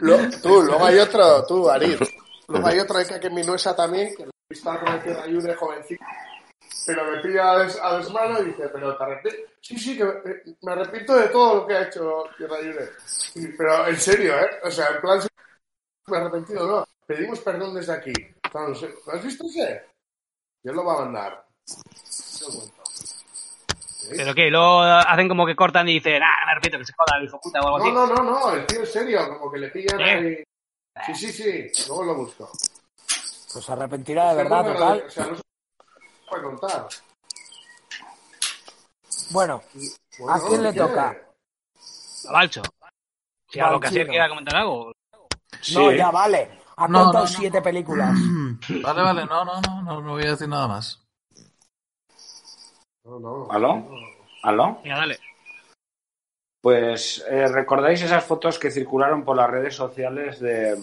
Lo- tú, luego hay otro, tú, Arid. Luego hay otro de que, que mi nuesa también, que está con el que hay un jovencito. Pero le pide a, des, a desmano y dice, pero te arrepiento. Sí, sí, que me, me arrepiento de todo lo que ha hecho Tierra Libre. Y- Pero en serio, ¿eh? O sea, en plan, me he arrepentido, no. Pedimos perdón desde aquí. Entonces, ¿Lo has visto ese? Yo lo va a mandar. Pero que luego hacen como que cortan y dicen, ah, me arrepiento, que se joda el hijo puta o algo así. ¿Eh? No, no, no, no, el tío es serio, como que le pillan ahí. Sí, sí, sí, luego lo busco. Pues se arrepentirá de Es que verdad, no me lo- total. O sea, no se puede contar. Bueno, ¿a Bueno, quién le ¿qué quiere? toca? A Balcho. Si a lo que hacía Balchino. quería comentar algo. No, ya vale. Ha No, contado no, no. siete películas. Vale, vale, no, no, no, no, no voy a decir nada más. ¿Aló? ¿Aló? Venga, dale. Pues, eh, ¿recordáis esas fotos que circularon por las redes sociales de,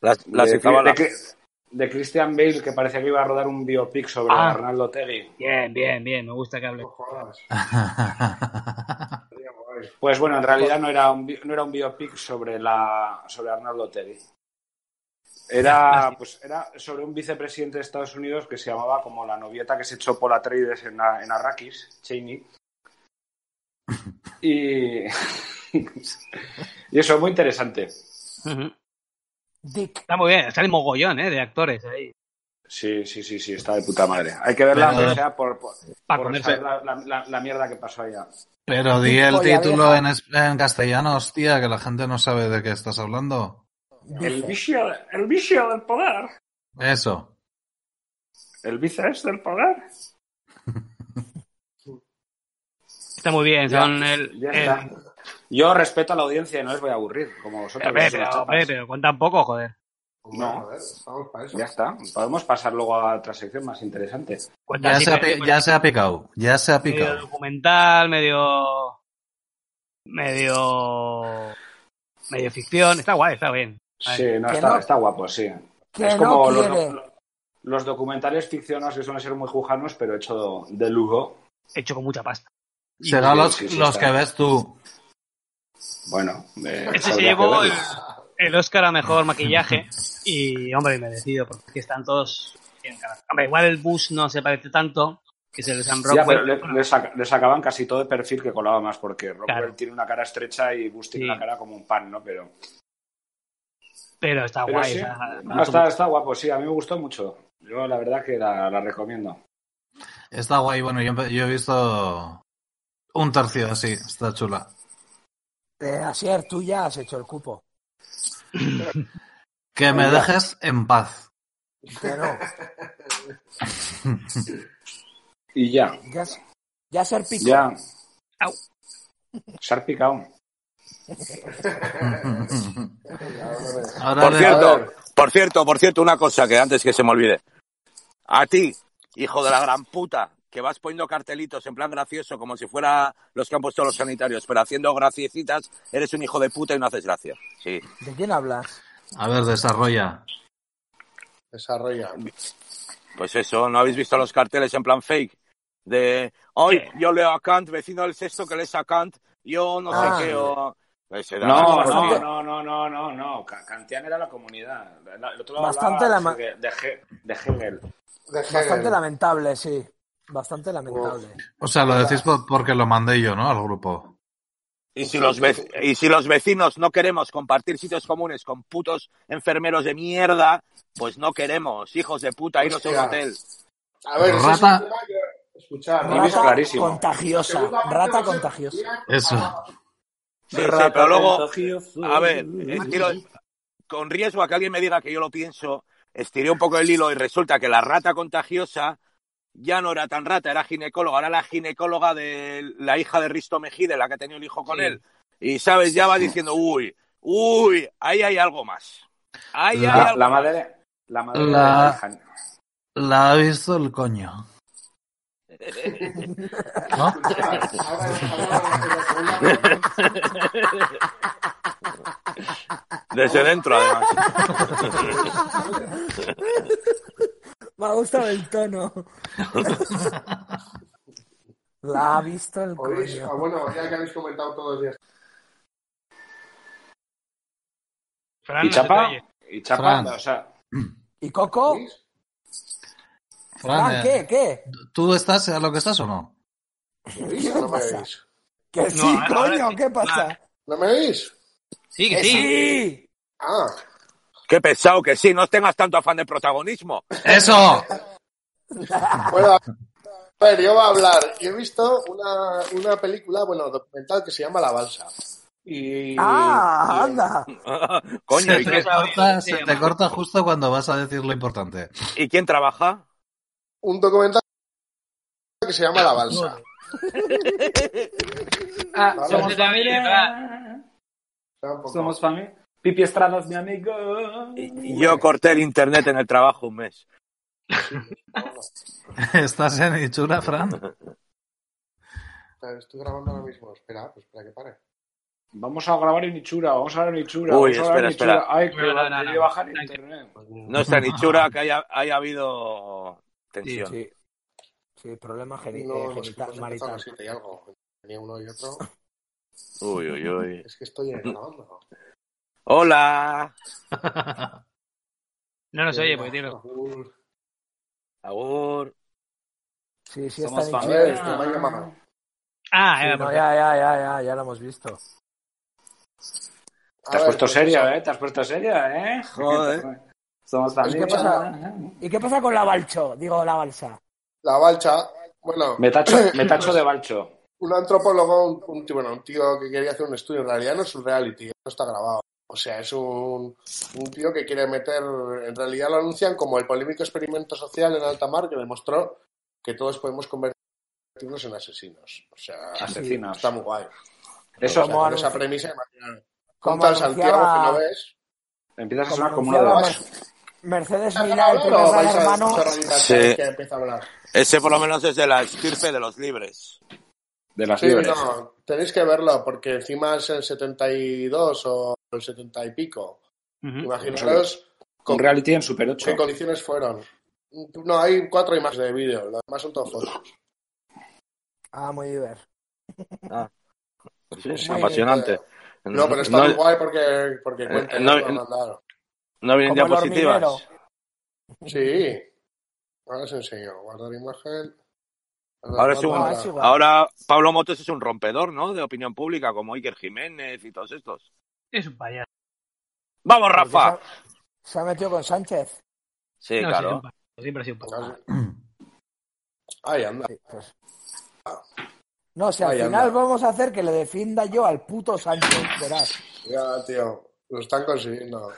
Las, las de, citaba la- de- de Christian Bale que parecía que iba a rodar un biopic sobre Ah. Arnaldo Tegui? Bien, bien, bien, me gusta que hable. Pues bueno, en realidad no era un, bi- no era un biopic sobre, la, sobre Arnaldo Tegui. Ah, Era, pues, era sobre un vicepresidente de Estados Unidos que se llamaba como la novieta que se echó por Atreides en, a- en Arrakis, Cheney. Y, y eso, muy interesante. Dick. Está muy bien, sale mogollón, ¿eh? De actores ahí. Sí, sí, sí, sí, está de puta madre. Hay que verla, aunque Pero- sea por, por, Pa' por comerse. saber la, la- la- la mierda que pasó allá. Pero di Dijo el la título vieja. en, es- en castellano, hostia, que la gente no sabe de qué estás hablando. El vicio, el vicio del poder. Eso. El vicio es del poder. Está muy bien, Ya, son el. ya el- está. Yo respeto a la audiencia y no les voy a aburrir, como vosotros. Hombre, que sois pero, las hombre, chapas. pero cuentan poco, joder. No, Joder, estamos para eso. ya está. Podemos pasar luego a otra sección más interesante. Cuentan Ya así, se, ha, medio- pi- ya se ha picado. Ya se ha medio picado. documental, medio. medio. medio ficción. Está guay, está bien. Sí, no, Que está, no- está guapo, sí. que es no como los, quiere. doc- los documentales ficcionados que suelen ser muy jujanos, pero hecho de lujo. Hecho con mucha pasta. Serán Sí, los, sí, sí, los está. que ves tú. Bueno, eh, Ese se habría que llevó el, verlo. el Oscar a mejor maquillaje. Y, hombre, me decido, porque están todos. bien, cara. Hombre, igual el Bush no se parece tanto, que es el de Sam Ya, pero Rockwell. le, Bueno, le saca- le sacaban casi todo de perfil que colaba más, porque Rockwell Claro. tiene una cara estrecha y Bush tiene Sí. una cara como un pan, ¿no? Pero, pero está pero guay. sí, está- no, está, está guapo, sí, a mí me gustó mucho. Yo la verdad que la, la recomiendo. Está guay. Bueno, yo, empe- yo he visto un tercio así. Está chula. Eh, Asier, tú ya has hecho el cupo. Que me Oiga. dejes en paz. Que no. Y ya, Ya, ya ser pico. ya. Au. Se ha picado. Ahora Por le- cierto, por cierto, por cierto, una cosa que antes que se me olvide. A ti, hijo de la gran puta, que vas poniendo cartelitos en plan gracioso, como si fuera los que han puesto los sanitarios, pero haciendo graciecitas, eres un hijo de puta y no haces gracia. Sí. ¿De quién hablas? A ver, desarrolla. Desarrolla. Pues eso, ¿no habéis visto los carteles en plan fake? De, hoy ¿Qué? yo leo a Kant, vecino del sexto que lees a Kant, yo no Ah. sé qué, o... Ese da- No, por no, Dios. no, no, no, no, no. Ca- Kantian era la comunidad. La- El otro lado Bastante hablaba la ma- de, de, He- de Hegel. De Bastante Hegel. lamentable, sí. Bastante lamentable. O sea, lo decís por- porque lo mandé yo, ¿no? Al grupo. Y si, los vec- y si los vecinos no queremos compartir sitios comunes con putos enfermeros de mierda, pues no queremos, hijos de puta, irnos a un Hostia. hotel. A ver, ese es Rata. un tema que... Escuchar. Lo ves Rata clarísimo. contagiosa. Rata contagiosa. Eso. Sí, sí, pero luego, a ver, estiro- con riesgo a que alguien me diga que yo lo pienso, estiré un poco el hilo y resulta que la rata contagiosa ya no era tan rata, era ginecóloga, era la ginecóloga de la hija de Risto Mejide, la que ha tenido el hijo con Sí. él. Y sabes, ya va diciendo, uy, uy, ahí hay algo más. Ahí hay La- La, algo la más. madre, la madre La- de Hegel. La ha visto el coño. ¿No? Desde dentro, además. Me ha gustado el tono. La ha visto el ¿Oís? Ah, coño. bueno, ya que habéis comentado todos ya. Fran, ¿Y no se te Chapa? oye. ¿Y Chapa? Fran. O sea, ¿Y Coco? ¿Oís? Fran, Fran, Ah, ¿qué? eh, ¿Qué? ¿tú estás a lo que estás o no? ¿Me oís o ¿Qué no me pasa? oís? Que No, sí, ahora- ahora coño, sí. ¿qué pasa? ¿No me oís? Sí, que Que sí. Eh, sí. Ah, Qué pesado que sí, no tengas tanto afán de protagonismo. ¡Eso! bueno, a ver, yo voy a hablar. Yo he visto una, una película, bueno, documental que se llama La Balsa. Y, Ah, y- anda. se Coño, te, ¿y, qué- quién sabe corta, qué se se te llama? corta justo cuando vas a decir lo importante. ¿y quién trabaja? un documental que se llama La Balsa. ah, Vamos. somos familia. Tampoco. Somos familia. Pipi Estrada es mi amigo. Yo corté el internet en el trabajo un mes. ¿Estás en hechura, Fran? Estoy grabando ahora mismo. Espera, pues espera que pare. Vamos a grabar en Ichura, vamos a grabar en Ichura. Uy, vamos a grabar en espera, Ichura. Ay, que No, no, va- no, que no. voy a bajar Tranquilo. internet. No está ni chura que haya, haya habido tensión. Sí. Sí, problema geni- eh, No, los genital, hemos empezado a marital. las 7 y algo. Tenía uno y otro. Uy, uy, uy. Es que estoy grabando. Hola. No nos oye, porque tiene. Agur. Sí, sí, Somos está A bien. este ver, Ah. familia. esto me ha llamado. Ah, Sí, era no, por- ya, ya, ya, ya, ya lo hemos visto. Te has puesto seria, ¿eh? Te has puesto seria, ¿eh? Joder. Somos tan ¿Y qué, pasa, ¿Y qué pasa con la balcho? Digo, la balsa. La balcha, bueno. Me tacho, me tacho de balcho. Un antropólogo, un, un tío, bueno, un tío que quería hacer un estudio, en realidad no es un reality, no está grabado. O sea, es un, un tío que quiere meter, en realidad lo anuncian como el polémico experimento social en alta mar que demostró que todos podemos convertirnos en asesinos. O sea, Asesinos. está muy guay. Eso, O sea, con esa premisa, imagínate. Con tal Santiago que no ves. empiezas a Como sonar como uno de anunciaba balcho. Mer- Mercedes Milá, el primer gran hermano. Sí. que empieza a hablar. Ese por lo menos es de la estirpe de los libres. De las Sí, libres. no, tenéis que verlo, porque encima es el 72 o el 70 y pico. Imaginaros Con con- reality en Super qué 8. condiciones fueron. No, hay cuatro imágenes de vídeo, las demás son todos fotos. Ah, muy bien. Ah, Sí, sí, Muy apasionante. No, pero está muy guay porque, eh, porque cuenta, no- nos lo mandaron. no vienen Como el diapositivas. hormiguero. Sí. Ahora os enseño. Guardar imagen. Ahora, es un- No, es igual. ahora Pablo Motos es un rompedor, ¿no? De opinión pública, como Iker Jiménez y todos estos. Es un payaso. ¡Vamos, Porque se Rafa! ha- Se ha metido con Sánchez. No, sí, Sí, es un claro. payaso. Siempre ha sido un payaso. Ahí anda. Sí, pues. No, si al Ahí final anda. vamos a hacer que le defienda yo al puto Sánchez, verás. Ya, tío. Lo están consiguiendo.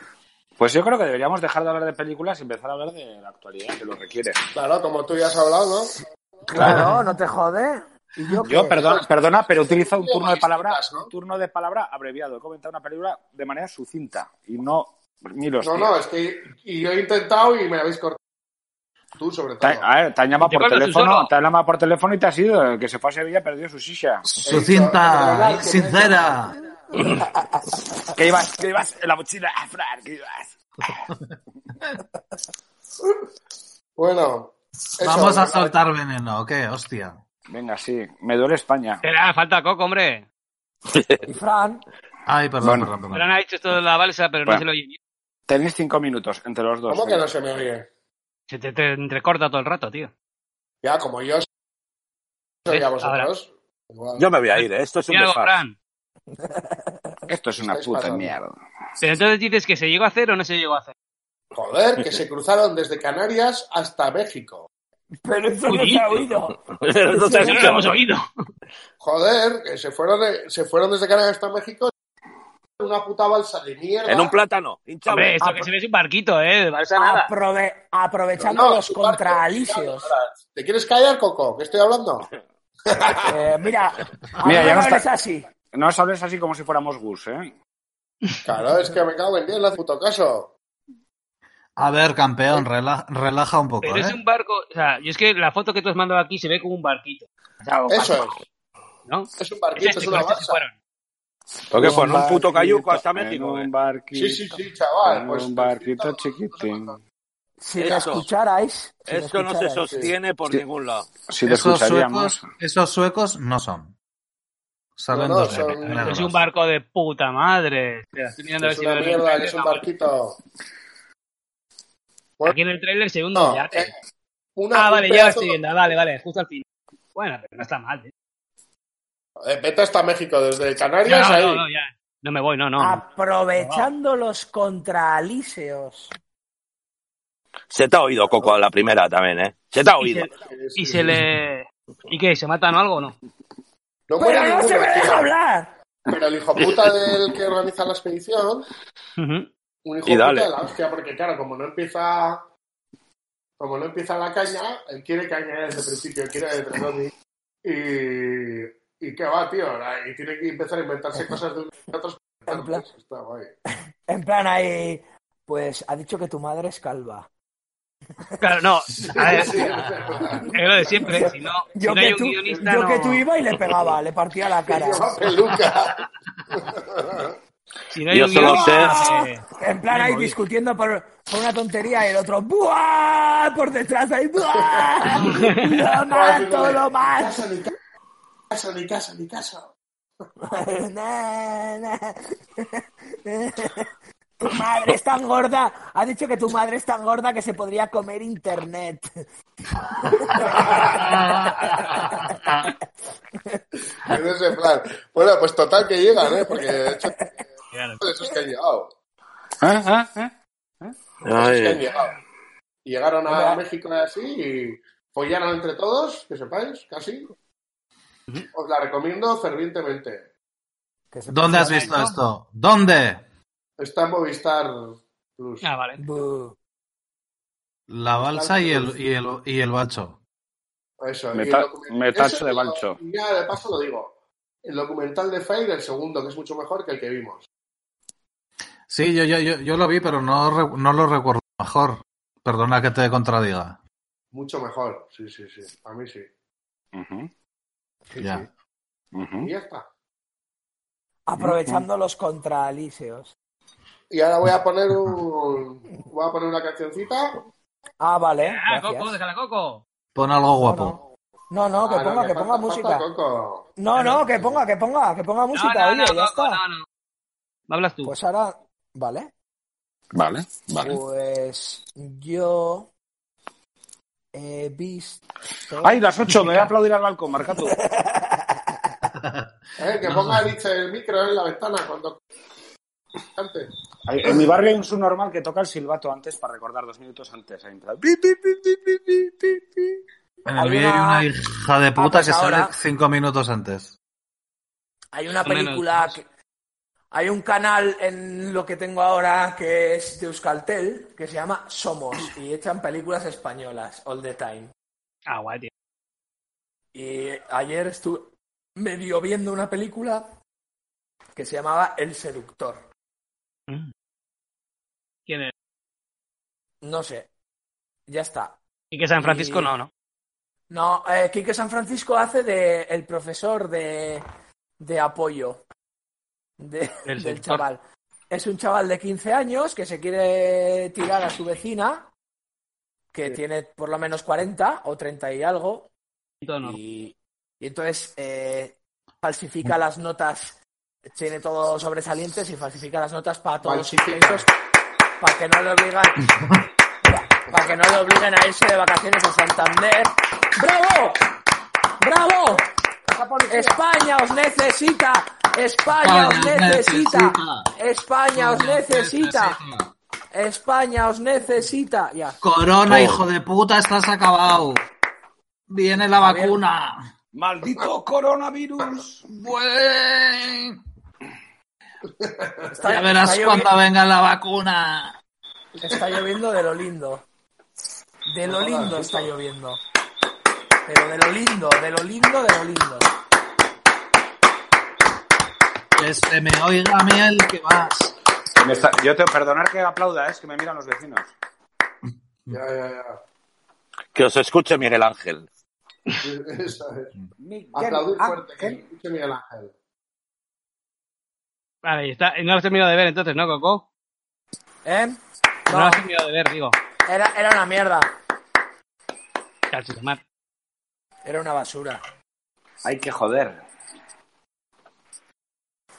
Pues yo creo que deberíamos dejar de hablar de películas y empezar a hablar de la actualidad, que lo requiere. Claro, como tú ya has hablado, ¿no? Claro, no te jode. ¿Y yo Yo, qué? perdona, perdona, pero utiliza un turno de palabra, Distintas, ¿no? un turno de palabra abreviado. He comentado una película de manera sucinta y no ni los No, no, es que y yo he intentado y me habéis cortado. Tú, sobre todo. Te, a ver, te han llamado Y te por cortas tú teléfono, solo. te han llamado por teléfono y te has ido. El que se fue a Sevilla perdió su silla. Sucinta, sincera. Que ibas, que ibas en la mochila, ah, Fran, que ibas. Bueno. eso, Vamos a ¿no? soltar veneno, ¿qué? Hostia. Venga, sí, me duele España. Espera, falta Coco, hombre. Y Fran, Ay, perdón, Bueno. perdón, perdón. Fran ha hecho esto de la balsa, pero Bueno. no se lo oye bien. Tenéis cinco minutos entre los dos. ¿Cómo que venga. no se me oye? Se te, te entrecorta todo el rato, tío. Ya, como yo soy ¿Ves? a vosotros. igual. Yo me voy a ir, ¿eh? esto es un Y algo, desfase. ¿Eh? Fran. Esto es una Estáis puta pasando. mierda. Pero entonces dices que se llegó a hacer o no se llegó a hacer. Joder, que se cruzaron desde Canarias hasta México. pero eso Uy, no se ha dice. oído. No te has Eso no lo dicho. hemos oído. Joder, que se fueron, de- se fueron desde Canarias hasta México en una puta balsa de mierda. En un plátano, hinchado. Hombre, esto que se ve es un barquito, ¿eh? De balsa nada. Aprove- aprovechando No, no, los tu barco, contraalicios. ahora, ¿Te quieres callar, Coco? ¿Qué estoy hablando? Eh, mira, Mira, ya mira no está- es así. No os hables así como si fuéramos Gus, ¿eh? Claro, es que me cago en Dios, no hace puto caso. A ver, campeón, rela- relaja un poco, Pero es ¿eh? un barco, o sea, yo es que la foto que tú has mandado aquí se ve como un barquito. O sea, o- Eso es. ¿no? Es un Es barquito, es, este, con una este se balsa. fueron. ¿Lo que fue? ¿No? Un puto barquito, cayuco hasta en México. Un ¿eh? barquito. Sí, sí, sí, chaval. en Pues, un barquito no sé chiquitín. cuánto. Si me Eso. escucharais. si me Esto no se escucharais. sostiene por Sí. ningún lado. Si te Esos escucharíamos. suecos, esos suecos no son. Salen No, no, dos de- son- negros. Es un barco de puta madre. Espera, estoy mirando a ver Es si una veo en el mierda, que trailer. es un barquito. Aquí en el trailer se hunde No, un yate. eh, una- Ah, un vale, ya lo pedazo- estoy viendo. Vale, vale, justo al final. Bueno, pero no está mal. ¿eh? Eh, Vete hasta México, desde No, Canarias no, ahí. no, no, ya. No me voy, no, no. Ah, no. Aprovechando los contraalicios. Se te ha oído, Coco, a la primera también, ¿eh? Se te ha Y oído. se, y se le... ¿Y qué? ¿Se matan o algo o no? No muere ¡Pero no ninguno, se me tío. deja hablar! Pero el hijo puta del que organiza la expedición, Ujú. un hijo Y puta dale. de la hostia, porque claro, como no empieza. Como no empieza la caña, él quiere caña desde el principio, quiere de Trenovi. Y. ¿Y qué va, tío? Y tiene que empezar a inventarse cosas de unos y otros. para En plan- inventarse. Está guay. En plan ahí. Pues ha dicho que tu madre es calva. Claro, no. A ver, Sí, o sea, es lo de siempre. Si no, si Yo, no hay que, un tú, guionista, yo no... que tú iba y le pegaba, le partía la cara. lleva peluca. Si no hay Yo un solo guionista, sé- eh, En plan me ahí moví. discutiendo por, por una tontería y el otro ¡buah! por detrás ahí ¡buah! ¡Lo mato, lo mato! Ni casa, ni casa, ni casa, ni casa. Na, na. Tu madre es tan gorda. Ha dicho que tu madre es tan gorda que se podría comer internet. En ese plan. Bueno, pues total que llegan, ¿eh? Porque de hecho Claro. De esos que han llegado. ¿Eh? ¿Ah, ah, ah? De esos que han llegado. Y llegaron a México así y follaron entre todos, que sepáis, casi. Os la recomiendo fervientemente. ¿Dónde has visto esto? ¿Dónde? Está en Movistar Plus. Ah, vale. Buh. La balsa y el, y el, y el bacho. Eso, Me y el ta- documental- me tacho eso de y lo- balcho. y Ya de paso lo digo. El documental de Fire, el segundo, que es mucho mejor que el que vimos. Sí, yo, yo, yo, yo lo vi, pero no, re- no lo recuerdo mejor. Perdona que te contradiga. Mucho mejor. Sí, sí, sí. A mí sí. Ujú, ya. ujú. Y ya está. Aprovechando los contraalíseos. Y ahora voy a poner un, voy a poner una cancioncita. Ah, vale. Ah, gracias. Coco, déjala, Coco. Pon algo guapo. No, no, que Ah, no, ponga, que falta- ponga falta música. Coco. No, no, que ponga, que ponga, que ponga No, música, no, no, oye, ya Coco, está. no, no. Hablas tú. Pues ahora, vale. Vale, vale. Pues yo he visto. ¡Ay, las ocho! Me voy a aplaudir al balcón, marca tú. Eh, que ponga Nietzsche el micro en la ventana cuando cante. Ay, En mi barrio hay un subnormal que toca el silbato antes para recordar dos minutos antes. Ahí empieza, pi, pi, pi, pi, pi, pi, pi, pi. En Hay el vídeo hay una- una hija de puta Ah, pues que ahora- sale cinco minutos antes. Hay una Menos, película más. que. Hay un canal en lo que tengo ahora que es de Euskaltel que se llama Somos y echan películas españolas all the time. Ah, guay, tío. Y ayer estuve medio viendo una película que se llamaba El Seductor. Mm. ¿Quién es? No sé. Ya está. Y que San Francisco no, ¿no? No, eh, Quique San Francisco hace de el profesor de, de apoyo de- Del del sector. chaval. Es un chaval de 15 años que se quiere tirar a su vecina, que tiene por lo menos 40 o 30 y algo, Todo no. y, y entonces eh, falsifica las notas, tiene todo sobresalientes y falsifica las notas para todos los Falsifica. intentos, para que no le obligan, para que no le obliguen a irse de vacaciones a Santander. ¡Bravo! ¡Bravo! España os necesita, España os España necesita, necesita. España os necesita, España os necesita. Ya. Corona, hijo de puta, estás acabado. Viene la Javier. vacuna. ¡Maldito coronavirus! Buen. Está, Ya verás está llovi- cuando venga la vacuna. está lloviendo de lo lindo. De lo Hola, lindo está chico. lloviendo. Pero de lo lindo, de lo lindo, de lo lindo. Que se me oiga miel que vas. Me está- Yo te perdonar que aplauda, es que me miran los vecinos. Ya, ya, ya. Que os escuche Miguel Ángel. Eso es. Aplaudir fuerte, que escuche Miguel Ángel. Vale, y está. y No lo has terminado de ver entonces, ¿no, Coco? ¿Eh? No lo No, has terminado de ver, digo. era, era una mierda. Casi tomar. Era una basura. Hay que joder.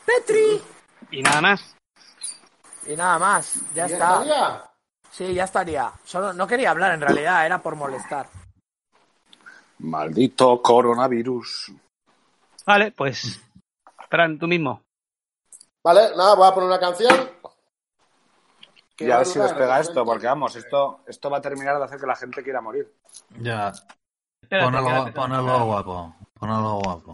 ¡Petri! Y nada más. Y nada más. Ya ¿Y está. estaría? Sí, ya estaría. Solo no quería hablar en realidad, era por molestar. Maldito coronavirus. Vale, pues. Fran, tú mismo. Vale, nada, voy a poner una canción. Que Y a va ver si durar despega esto, 20. porque vamos, esto, esto va a terminar de hacer que la gente quiera morir. Ya. Espérate, pon, algo, espérate, pon espérate. algo guapo. Pon algo guapo.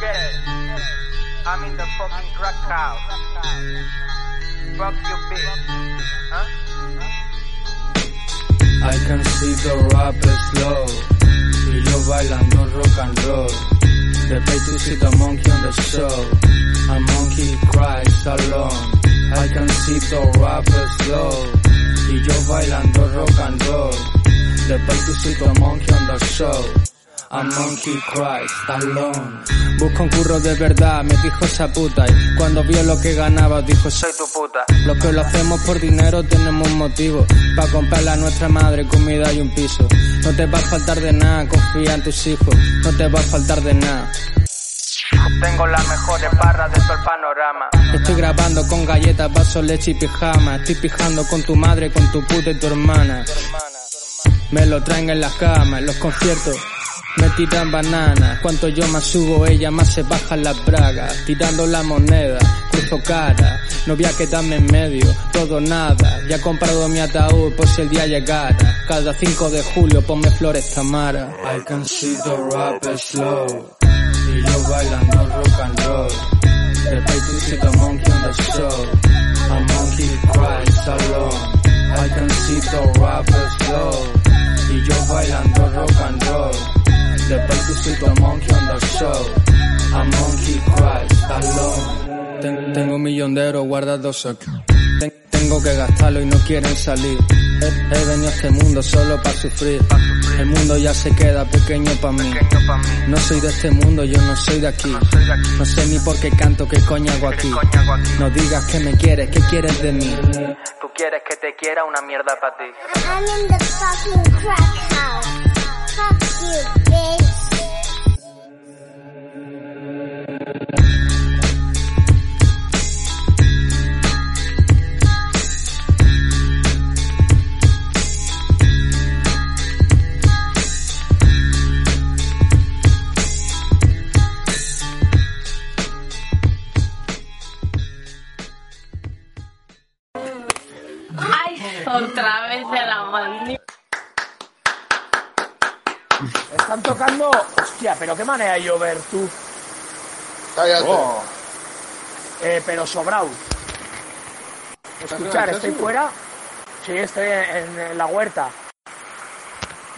Get it. I'm in the fucking crack house. Fuck your bitch. Huh? I can see the rap is slow. Y yo bailando rock and roll. They pay to see the monkey on the show. A monkey cries alone. I descansito, rap slow. Y yo bailando rock and roll. The baby sweet the monkey on the show. A monkey cries alone. Busco un curro de verdad, me dijo esa puta. Y cuando vio lo que ganaba, dijo: Soy tu puta. Los que lo hacemos por dinero tenemos un motivo. Pa' comprarle a nuestra madre comida y un piso. No te va a faltar de nada, confía en tus hijos. No te va a faltar de nada. Tengo las mejores barras de todo el panorama. Estoy grabando con galletas, vaso, leche y pijama. Estoy pijando con tu madre, con tu puta y tu hermana. Me lo traen en las camas, en los conciertos. Me tiran bananas, cuanto yo más subo, ella más se bajan las bragas. Tirando la moneda, cruzo cara, no voy a quedarme en medio, todo nada. Ya he comprado mi ataúd por si el día llegara. Cada 5 de julio ponme flores Tamara. I can see the rap slow, y yo bailando rock and roll. The baby see the monkey on the show, a monkey cries alone. I can see the rap slow, y yo bailando rock and roll. The baby sweet a monkey on the show. A monkey cries alone. Ten, tengo un millón de euros guardados aquí. Ten, tengo que gastarlo y no quieren salir. He, he venido a este mundo solo para sufrir. El mundo ya se queda pequeño para mí. No soy de este mundo, yo no soy de aquí. No sé ni por qué canto, qué coño hago aquí. No digas que me quieres, qué quieres de mí. Tú quieres que te quiera una mierda para ti. I'm in the fucking crack house. Fuck you. Ay, otra vez de la mandíbula. Están tocando. Hostia, pero qué manera de llover tú. Cállate. Oh. Eh, pero sobrado. Escuchar, estoy fuera. Sí, estoy en, en la huerta.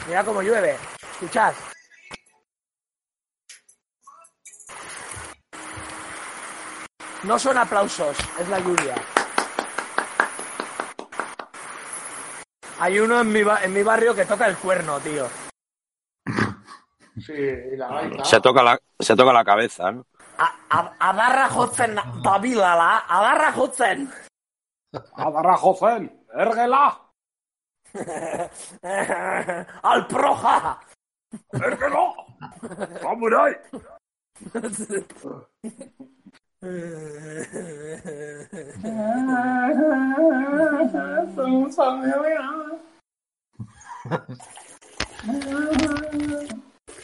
Mira cómo llueve. Escuchad. No son aplausos, es la lluvia. Hay uno en mi, ba- en mi barrio que toca el cuerno, tío. Sí, y la gaita. Se toca la, se toca la cabeza, ¿no? A- a- Adarra jotzen, babilala, adarra jotzen. Agarra, Jofen, érguela. Al proja. ¡Érguela! ¡Samurai! Somos familia.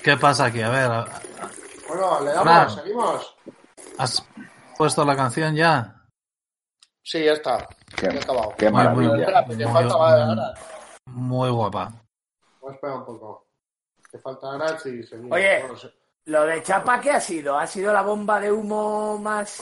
¿Qué pasa aquí? A ver, a- Bueno, le damos, Fran. seguimos. ¿has puesto la canción ya? Sí, ya está. Ya he acabado. Muy, muy, Espera, muy, que faltaba de ahora. muy guapa. Voy a esperar un poco. Te falta Arach y seguimos. Oye, Bueno, se- lo de Chapa, ¿qué ha sido? ¿Ha sido la bomba de humo más...?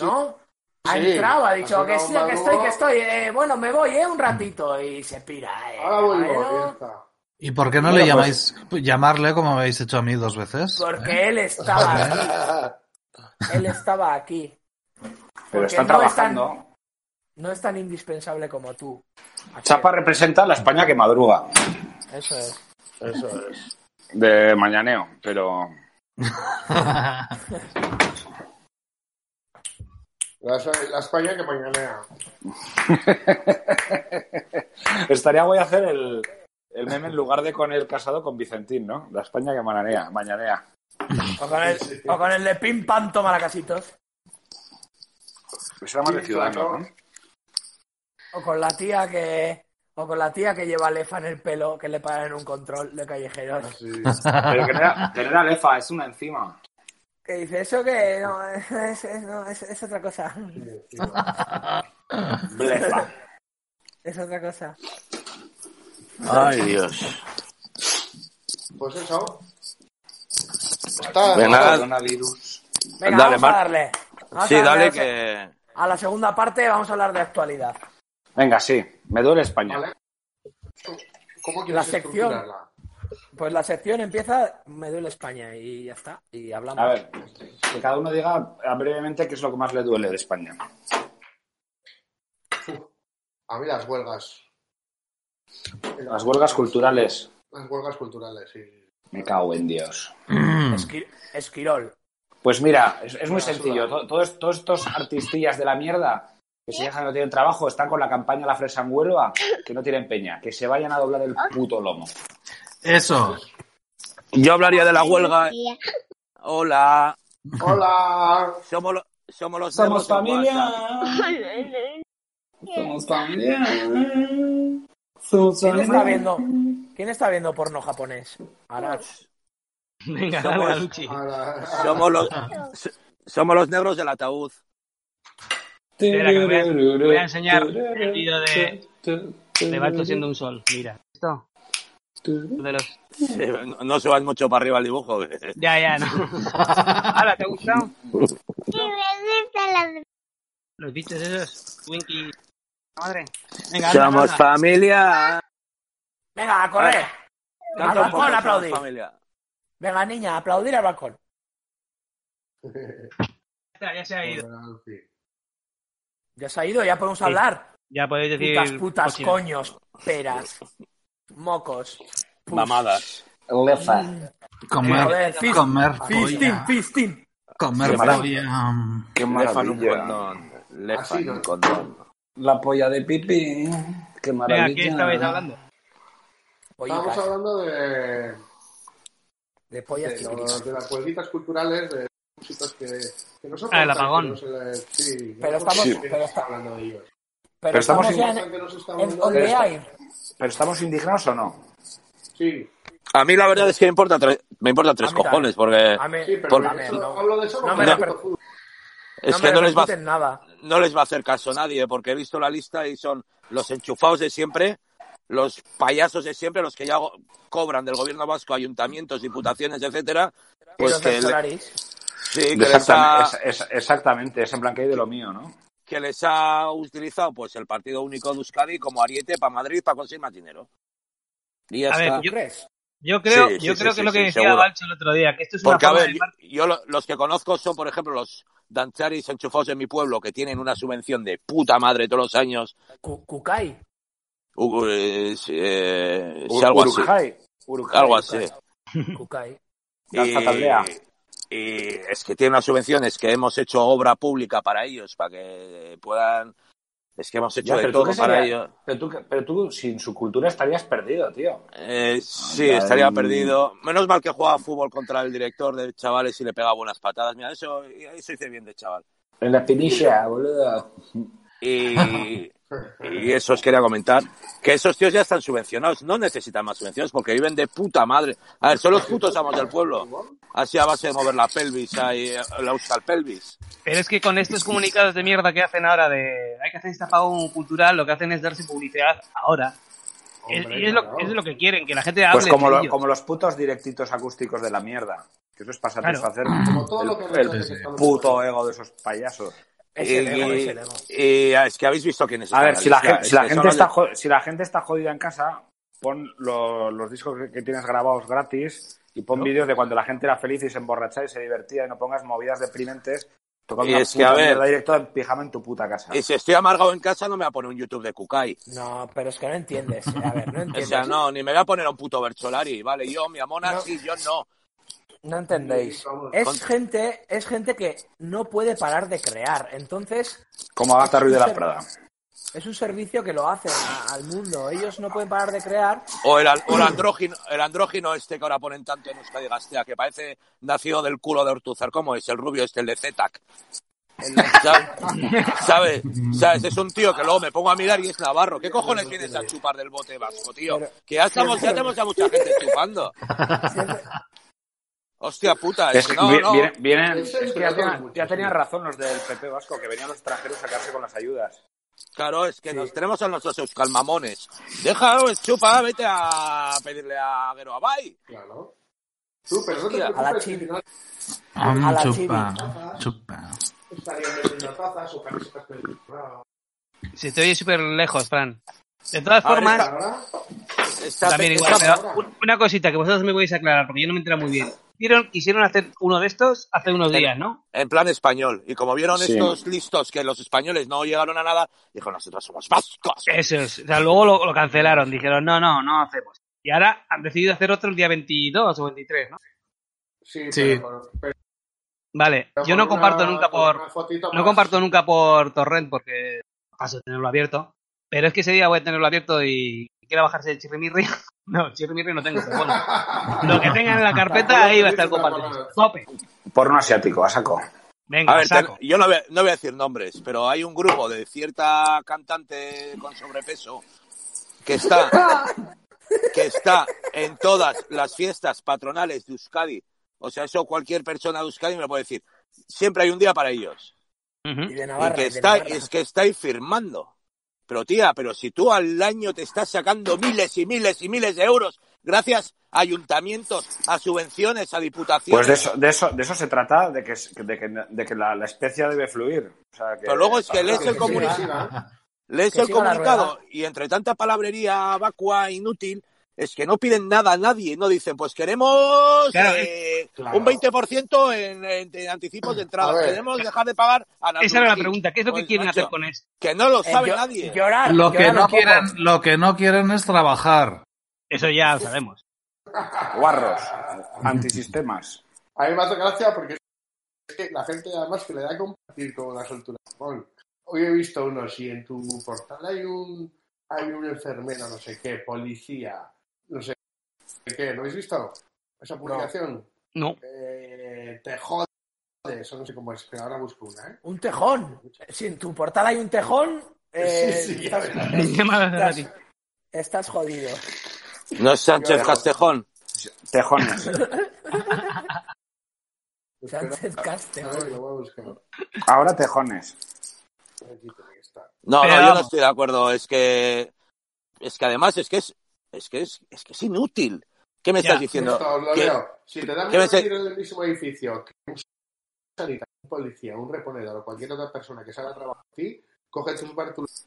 ¿No? Ha Sí, entrado, ha ha dicho sido que la sí, bomba que de estoy, humo. que estoy. Eh, bueno, me voy, ¿eh? Un ratito. Y se pira. eh. ahora vuelvo. Bueno, ya está. ¿Y por qué no le Bueno, pues- llamáis, llamarle como me habéis hecho a mí dos veces? porque él estaba aquí. Él estaba aquí. Pero está no trabajando. No es tan indispensable como tú. Chapa representa la España que madruga, Eso es. Eso es. de mañaneo, pero. La, la España que mañanea. Estaría voy a hacer el, el meme en lugar de con el casado con Vicentín, ¿no? La España que mañanea, mañanea. O con el, o con el de pim pam toma lacasitos. Eso era más de Sí, ciudadano, claro. ¿no? O con la tía que. O con la tía que lleva lefa en el pelo, que le paran en un control de callejeros. Sí. Pero que no era, que no era lefa, es una enzima. Que dice, eso que no, es, es- no, es- es otra cosa. Blefa. Es otra cosa. Ay, Dios. Pues eso. Ah, Está. Venga, Coronavirus. Venga, Dale, vamos Mar- a darle. Vamos Sí, a darle a dale la se- que. A la segunda parte vamos a hablar de actualidad. Venga, sí, me duele España. Vale. ¿Cómo La quieres sección. estructurarla? Pues la sección empieza, me duele España y ya está. Y hablamos. A ver, que cada uno diga brevemente qué es lo que más le duele de España. A mí las huelgas. Las huelgas culturales. Las huelgas culturales, sí. Me cago en Dios. Mm. Esqui- Esquirol. Pues mira, es, es muy sencillo. To- Todos, todos estos artistillas de la mierda que se dejan que no tienen trabajo están con la campaña La Fresa en Huelva, que no tienen peña. Que se vayan a doblar el puto lomo. Eso. Yo hablaría de la huelga. Hola. Hola. Somos, lo- somos los Somos nuevos en familia. WhatsApp. Somos familia. Pues ¿Quién está viendo, ¿Quién está viendo porno japonés? Ahora, Venga, Somos- dale, Luchi. Somos los, Ah. so- somos los negros del ataúd. Espera, que voy a, voy a enseñar el vídeo de, de Balto siendo un sol. Mira. Esto. De los... Sí, no, no subas mucho para arriba el dibujo. Ya, ya, no. Ahora, ¿te ha gustado? Los bichos esos. Winky. Madre. Venga, anda, Somos anda. familia. venga, a correr. Al Canta un poco, balcón, somos aplaudir. familia. Venga, niña, aplaudir al balcón. Espera, ya se ha ido. Ya se ha ido, ya podemos Sí. hablar. Ya podéis decir. Putas, putas, cochino. coños, peras, mocos. pus. Mamadas. Lefa. Comer, Joder, fist- comer, Fisting, polla. fisting. Comer, Qué maravilla. polla. Qué Lefa en un maravilla. condón. Lefa Así, en un ¿no? condón. La polla de pipi. Qué maravilla. Venga, ¿qué estabais hablando? Estábamos Pollitas, hablando de, de pollas de, lo- chiquitas. de las cuelguitas culturales, de músicos que, que no son Ah, el tan- apagón. que no se les- sí, Pero no estamos- sé por qué pero está hablando de ellos. Pero, Pero estamos estamos ya sin- en, Que no se está en hablando on de the esto. air. ¿Pero estamos indignados o no? Sí, A mí la verdad es que me importa tres, me importa tres A mí cojones porque A mí- sí, pero Por- me- a mí eso- no. hablo de eso No porque me no reper- tengo fútbol. es no que me no les va a repercuten nada. no les va a hacer caso nadie, porque he visto la lista y son los enchufados de siempre, los payasos de siempre, los que ya go- cobran del gobierno vasco, ayuntamientos, diputaciones, etcétera, Y pues los que, del le- Solaris. sí, que les Exactamente, ha, es, es- exactamente, es en plan que hay de lo mío, ¿no? que les ha utilizado pues el Partido Único de Euskadi como ariete para Madrid para conseguir más dinero. Y ya A ver, está. ¿Tú crees? Yo creo, Sí, sí, yo sí, creo sí, que es lo sí, que decía seguro. Balcho el otro día, que esto es una Porque, a forma ver, de yo, yo lo- los que conozco son, por ejemplo, los dancharis enchufados en mi pueblo, que tienen una subvención de puta madre todos los años, Cu- Cucay. u- eh, si- eh, si Ur- algo así. Urujai, Urujai, Algo así. Cucay. Danza taldea. y es que tiene unas subvenciones que hemos hecho obra pública para ellos, para que puedan. Es que hemos hecho Ya, de pero, tú todo qué para sería- ellos. pero, tú, qué- pero tú sin su cultura estarías perdido, tío. Eh, sí, Anda, estaría mm. perdido. Menos mal que jugaba fútbol contra el director de chavales y le pegaba buenas patadas. Mira, eso, eso hice bien de chaval. En la pinilla, boludo. Y, y eso os quería comentar. Que esos tíos ya están subvencionados. No necesitan más subvenciones porque viven de puta madre. A ver, son los putos amos del pueblo. Así a base de mover la pelvis, ahí, la usar pelvis. Pero es que con estos comunicados de mierda que hacen ahora de hay que hacer este pago cultural, lo que hacen es darse publicidad ahora. Es- Hombre, y es lo, claro. es de lo que quieren, que la gente hable Pues como, de lo- ellos. como los putos directitos acústicos de la mierda. Que eso es para Claro. satisfacer Como todo lo que el, el rechaces que estamos puto haciendo. ego de esos payasos. Es y, el ego, es el ego. y- es que habéis visto quiénes A están ver, en si la, lista. gen- si la Es que gente son está los- jo- si la gente está jodida en casa, pon lo- los discos que, que tienes grabados gratis y pon vídeos de cuando la gente era feliz y se emborrachaba y se divertía y no pongas movidas deprimentes tocando Y una es que, puta a ver- mierda directo en pijama en tu puta casa. Y si estoy amargado en casa, no me voy a poner un YouTube de Kukai. No, pero es que no entiendes. A ver, no O entiendes. sea, no, ni me voy a poner a un puto Bercholari. Vale, yo, mi amona, No. sí, yo no. No entendéis. Con- Es gente, es gente que no puede parar de crear. Entonces, Como Agatha Ruiz de la Prada. es un servicio que lo hacen a- al mundo. Ellos no pueden parar de crear. O el, al- o el andrógino, el andrógino este que ahora ponen tanto en Euskadi Gastea, que parece nacido del culo de Ortuzar. ¿Cómo es? El rubio este, el de Zetac. El- ¿Sabes? ¿Sabes? ¿Sabes? Es un tío que luego me pongo a mirar y es Navarro. ¿Qué cojones vienes a chupar del bote vasco, tío? Pero- Que ya estamos, ya tenemos a mucha gente chupando. Siempre- Hostia puta, es Es que que no, vi- no. viene- vienen- Es el es que ya, peor de tenían- muchos, ya tenían tío. razón los del PP vasco, que venían los extranjeros a quedarse con las ayudas. Claro, es que nos tenemos a nuestros euskalmamones. Déjalo, pues, chupa, vete a pedirle a Guero Abay. Claro. Tú, pero no te Hostia, a la preocupes, chica. al final Am, A la chupa, chupa. estarían vendiendo tazas o camisetas que- Claro. Se te oye súper lejos, Fran. De todas Ahora formas, está- Ahora, Esta- también igual, esta- pero un- una cosita que vosotros me podéis aclarar, porque yo no me entera muy bien. quisieron, quisieron hacer uno de estos hace unos días, ¿no? En plan español. Y como vieron sí. estos listos que los españoles no llegaron a nada, dijo, nosotros somos vascos. Eso es. O sea, luego lo, lo, cancelaron. Dijeron, no, no, no hacemos. Y ahora han decidido hacer otro el día 22 o 23, ¿no? Sí, sí. Pero, pero, vale, pero yo no comparto una, nunca por... No comparto nunca por Torrent porque paso de tenerlo abierto. Pero es que ese día voy a tenerlo abierto y quiera bajarse el chirrimirri. No, chirrimirri no tengo, pero bueno. Lo que tengan en la carpeta, ahí va a estar compartido. Tope. Porno asiático, a saco. Venga, a ver, saco. Te, yo no voy, a, no voy, a decir nombres, pero hay un grupo de cierta cantante con sobrepeso que está, que está en todas las fiestas patronales de Euskadi. O sea, eso cualquier persona de Euskadi me lo puede decir. Siempre hay un día para ellos. Uh -huh. Y de Navarra, y que y de está, Navarra. es que estáis firmando. Pero tía, pero si tú al año te estás sacando miles y miles y miles de euros gracias a ayuntamientos, a subvenciones, a Pues diputaciones. de eso, de eso, de eso se trata, de que, de que, de que la, la, especia debe fluir. O sea, que, pero luego es que lees el comunicado, lees el comunicado y entre tanta palabrería vacua inútil, es que no piden nada a nadie, no dicen, pues queremos claro, eh, claro. un 20% en, en, en, anticipos de entrada, queremos dejar de pagar a Esa era la pregunta, ¿qué es lo que pues, quieren macho, hacer con esto? Que no lo sabe eh, yo, nadie. Ah, Llorar, lo, que llorar no quieren, lo que no quieren es trabajar. Eso ya lo sabemos. Guarros, antisistemas. A mí me hace gracia porque es que la gente además que le da a compartir con la soltura. Bueno, hoy he visto uno, si en tu portal hay un, hay un enfermero, no sé qué, policía, no sé qué, ¿lo habéis visto? Esa publicación. No. Eh, te jodes, eso no sé cómo es, pero ahora busco una, ¿eh? Un tejón. Si en tu portal hay un tejón, eh, sí, sí, estás, estás, estás, estás, jodido. No es Sánchez Castejón. Tejones. Sánchez Castejón. Ahora tejones. No, no, yo no estoy de acuerdo. Es que, es que además es que es, es que es, es que es inútil. ¿Qué me ya, estás diciendo? Esto, ¿Qué, si te dan un se... tiro en el mismo edificio, que un sanitario, un policía, un reponedor o cualquier otra persona que salga a trabajar a ti, coge tus bartulos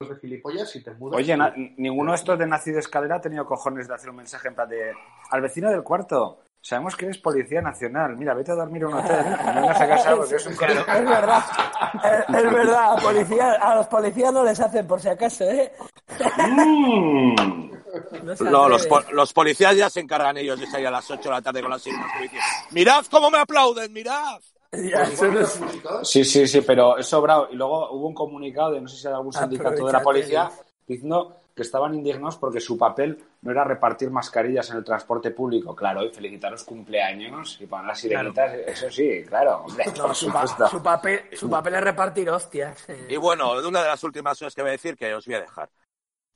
de gilipollas y te mudas. Oye, ninguno de estos de Nacido Escalera ha tenido cojones de hacer un mensaje en plan de al vecino del cuarto. Sabemos que eres policía nacional. Mira, vete a dormir a un hotel. No vengas a casa porque es un claro, Es verdad. Es, es verdad. A, policía, a los policías no les hacen por si acaso, ¿eh? Mm. No, no los, po los, policías ya se encargan ellos de salir a las 8 de la tarde con las signas ¡Mirad cómo me aplauden! ¡Mirad! Sí, sí, sí, pero eso, bravo. Y luego hubo un comunicado de no sé si era algún Ah, sindicato de la policía diciendo que estaban indignados porque su papel no era repartir mascarillas en el transporte público, claro, y felicitaros cumpleaños y poner las sirenitas, claro. eso sí, claro, hombre, no, por su, pa su, papel, su papel es repartir hostias. eh. Y bueno, una de las últimas cosas que voy a decir que os voy a dejar.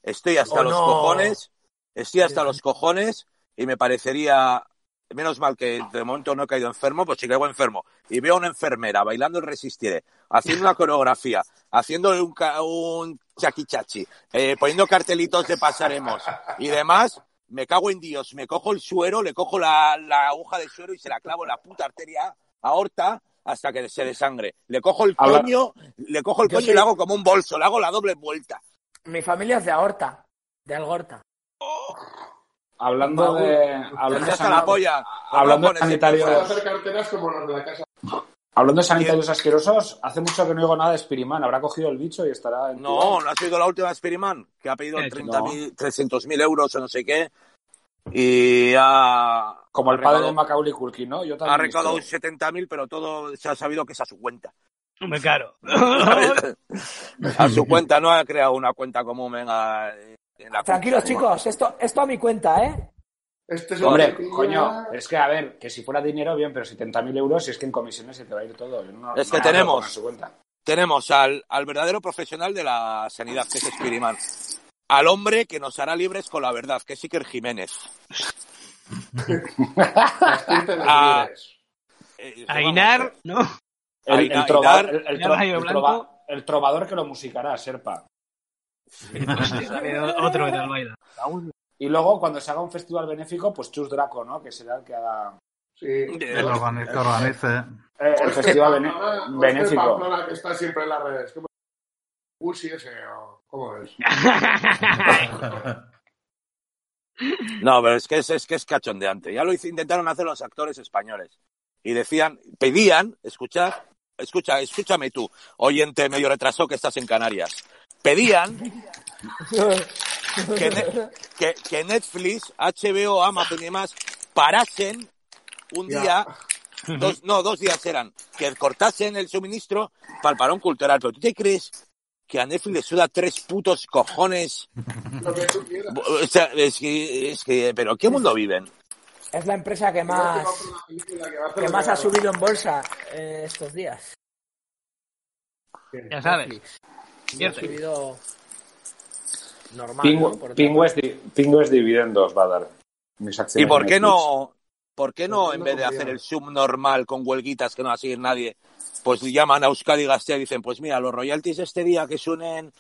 Estoy hasta oh, los no. cojones, estoy hasta sí. los cojones y me parecería, menos mal que de momento no he caído enfermo, pues si caigo enfermo y veo a una enfermera bailando el Resistiré, haciendo una coreografía, haciendo un, un chaquichachi, eh, poniendo cartelitos de pasaremos y demás, me cago en Dios, me cojo el suero, le cojo la, la aguja de suero y se la clavo en la puta arteria aorta hasta que se desangre. Le cojo el Ahora, coño, le cojo el coño soy... y le hago como un bolso, le hago la doble vuelta. Mi familia es de Aorta, de Algorta. Oh. Hablando de. Hablando de, la polla. Hablando de sanitarios. Eh, Hablando de sanitarios asquerosos, hace mucho que no oigo nada de Spirimán. Habrá cogido el bicho y estará. En no, no ha sido la última Spirimán, que ha Eh, pedido 300.000 euros o no sé qué. Y ha. Como el padre de Macaulay Culkin, ¿no? Yo también ha recaudado 70.000, pero todo se ha sabido que es a su cuenta. Me caro. a su cuenta, no ha creado una cuenta común. Venga, eh, Ah, Tranquilos, chicos, esto, esto a mi cuenta, ¿eh? Este es Hombre, el... coño, es que a ver, que si fuera dinero, bien, pero 70.000 euros, es que en comisiones se te va a ir todo. No, es que no tenemos, a su cuenta. tenemos al, al, verdadero profesional de la sanidad, que es Espiriman. Al hombre que nos hará libres con la verdad, que es Iker Jiménez. a, eh, a Inar, ¿no? El, el, trovador, el, el, tro, trova, el, trovador que lo musicará, Serpa. pues, Otro que baila. Y luego, cuando se haga un festival benéfico, pues Chus Draco, ¿no? Que será el que haga. Sí. El organice, organice. Pues Eh, el festival bené benéfico. Pamplona que está siempre en las redes. ¿Cómo? Usi ese, o... ¿cómo es? No, pero es que es, es que es cachondeante. Ya lo hice, intentaron hacer los actores españoles. Y decían, pedían, escuchad, escucha, escúchame tú, oyente medio retraso que estás en Canarias. Pedían que, ne- que- que Netflix, HBO, Amazon y demás parasen un Ya. día, dos, no, dos días eran, que cortasen el suministro para el parón cultural. Pero ¿tú te crees que a Netflix le suda tres putos cojones? Lo que tú quieras. O sea, es que, es que, pero ¿qué mundo viven? Es la empresa que más, que más ha subido en bolsa eh, estos días. Ya sabes. Y Ha Cierto. subido normal. Ping, ¿no? Por Ping tanto, West di- Ping West Dividendos va a dar mis ¿Y acciones. por qué Netflix. no, por qué no, Porque en no vez de podían. hacer el sub normal con huelguitas que no va a seguir nadie, pues llaman a Euskadi Gastea y dicen, pues mira, los royalties de este día que suenen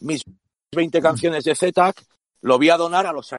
mis Mm. 20 canciones de ZTAC, lo voy a donar a los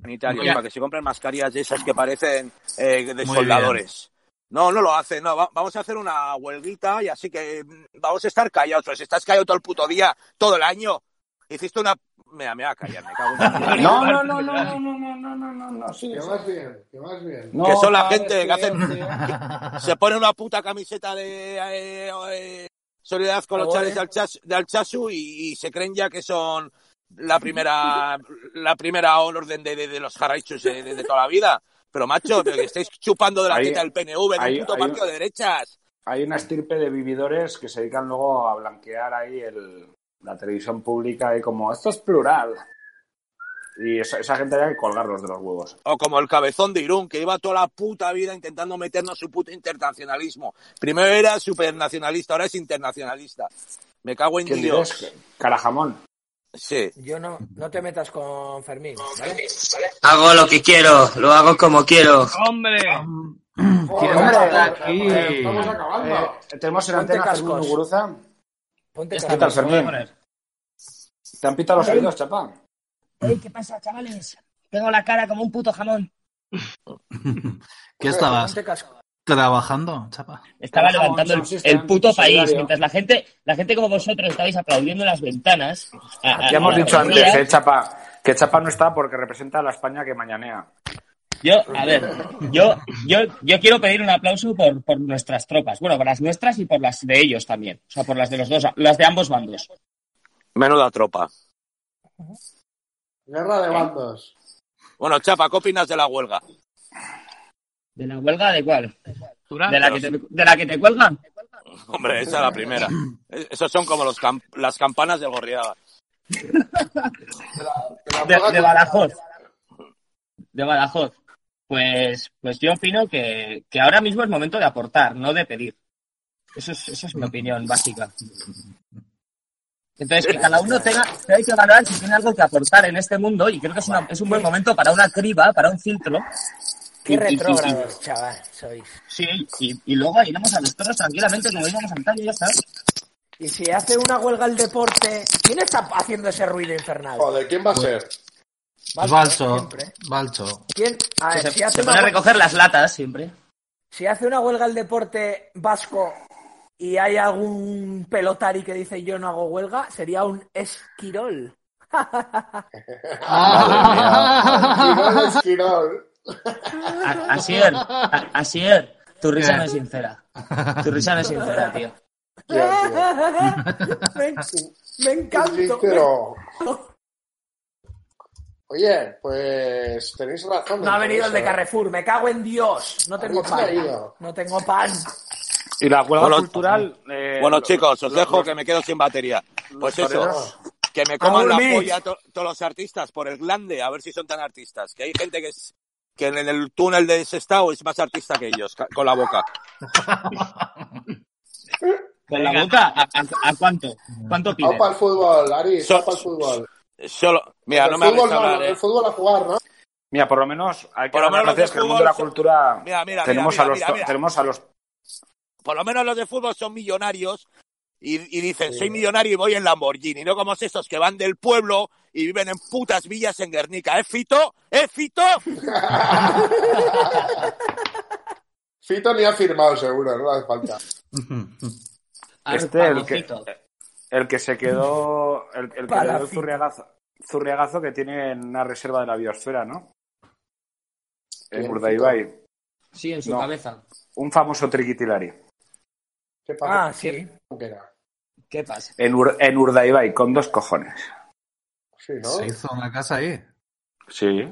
sanitarios Ya. para que se compren mascarillas de esas que parecen eh, de Muy soldadores. No, no lo hace, no, va- vamos a hacer una huelguita y así que mm, vamos a estar callados, pues estás callado todo el puto día, todo el año. Hiciste una... Mira, me va a callar, me cago en la- No, no, no, no, no, no, no, no, no, no, no, sí, Que sí. vas bien, que vas bien. No, que son la cada gente vez que hacen peor, tío. se pone una puta camiseta de eh, eh, solidaridad con los Ahora, chales de, Alchas- de Alchazu y, y se creen ya que son la primera la primera orden de, de- de los jarraichus de, de- de toda la vida. Pero macho, pero que estáis chupando de la Ahí- teta del PNV, de ahí- un puto ahí- partido de derechas. Hay una estirpe de vividores que se dedican luego a blanquear ahí el, la televisión pública y como, esto es plural. Y esa, esa gente hay que colgarlos de los huevos. O como el cabezón de Irún, que iba toda la puta vida intentando meternos su puto internacionalismo. Primero era supernacionalista, ahora es internacionalista. Me cago en ¿Quién Dios. dices? Carajamón. Sí. Yo no, no te metas con Fermín. ¿vale? Hago lo que quiero, lo hago como quiero. ¡Hombre! Joder, más hombre, está aquí? eh, Estamos acabando. eh, tenemos en Ponte antena a Fermín cascos. Muguruza. Ponte ¿Qué calma. tal, Fermín? ¿Te han pitado los oídos, chapa? Ey, ¿qué pasa, chavales? Tengo la cara como un puto jamón. ¿Qué estabas? Ponte casco. ¿Trabajando, chapa? Estaba Trabajamos, levantando el, subsisten, el puto solidario. país, mientras la gente, la gente como vosotros estabais aplaudiendo en las ventanas. Ah, a- a- Ya hemos a- dicho a- antes, eh, chapa, que chapa no está porque representa a la España que mañanea. Yo, a ver, yo, yo, yo quiero pedir un aplauso por, por nuestras tropas. Bueno, por las nuestras y por las de ellos también. O sea, por las de los dos, las de ambos bandos. Menuda tropa. Guerra de ¿Eh? bandos. Bueno, Chapa, ¿qué opinas de la huelga? ¿De la huelga de cuál? Durán. ¿De la que te, de la que te cuelgan? Hombre, esa es la primera. Eh, Esos son como los cam- las campanas del Gorriaga. de, de Badajoz. De Badajoz. Pues, pues yo opino que, que ahora mismo es momento de aportar, no de pedir. Eso es, esa es mi opinión básica. Entonces, que cada uno tenga, que hay que valorar si tiene algo que aportar en este mundo y creo que es, una- es un buen momento para una criba, para un filtro. Y- Qué y- y- retrógrados, chaval, sois. Sí, y, y luego iremos a los toros tranquilamente como íbamos antaño y ya está. Y si hace una huelga el deporte, ¿quién está haciendo ese ruido infernal? Joder, ¿quién va a ser? Vale, ¿eh? Balcho, siempre. Balcho. ¿Quién? A ver, Se, si, hace se pone una a huelga, recoger las latas siempre. si hace una huelga el deporte vasco y hay algún pelotari que dice yo no hago huelga, sería un esquirol. Ah, Quirol es Quirol. A- Asier, a- Asier, tu risa no es sincera. Tu risa no es sincera, tío. me, me encanto. Sincero. Oye, pues tenéis razón. ¿eh? No ha venido el de ¿eh? entonces, Carrefour, me cago en Dios. No tengo Habéis pan. traído. No tengo pan. Y la huelga Bueno, cultural. eh, Bueno, lo- chicos, os lo- dejo lo- que me quedo sin batería. Pues eso, toreros. que me coman la Raúl Mix. polla to- todos los artistas por el glande, a ver si son tan artistas. Que hay gente que es que en el túnel de Sestao es más artista que ellos, ca- con la boca. ¿Con la boca? ¿A, a- a cuánto? ¿Cuánto pides? Opa al fútbol, Ari, So- opa al fútbol. Solo, mira, no el me hables fútbol no, hablar, eh. el fútbol a jugar, ¿no? Mira, por lo menos hay que Por lo dar menos gracias los que de el mundo de la fútbol- cultura. Mira, mira, tenemos, mira, a los, mira, to- mira. tenemos a los. por lo menos los de fútbol son millonarios y, y dicen, soy millonario y voy en Lamborghini, no como estos que van del pueblo y viven en putas villas en Guernica. ¿Eh, Fito? ¿Eh, Fito? Fito ni ha firmado, seguro, no hace falta. Al Este, el que, pavocito. el que se quedó. El, el que le dio el Palacito. zurriagazo. Zurriagazo que tiene una reserva de la biosfera, ¿no? En Urdaibai. Sí, en su No. cabeza. Un famoso triquitilari. ¿Qué pasa? Ah, sí. ¿Qué era? ¿Qué pasa? En, Ur- en Urdaibai, con dos cojones. Sí, ¿no? ¿Se hizo una casa ahí? Sí.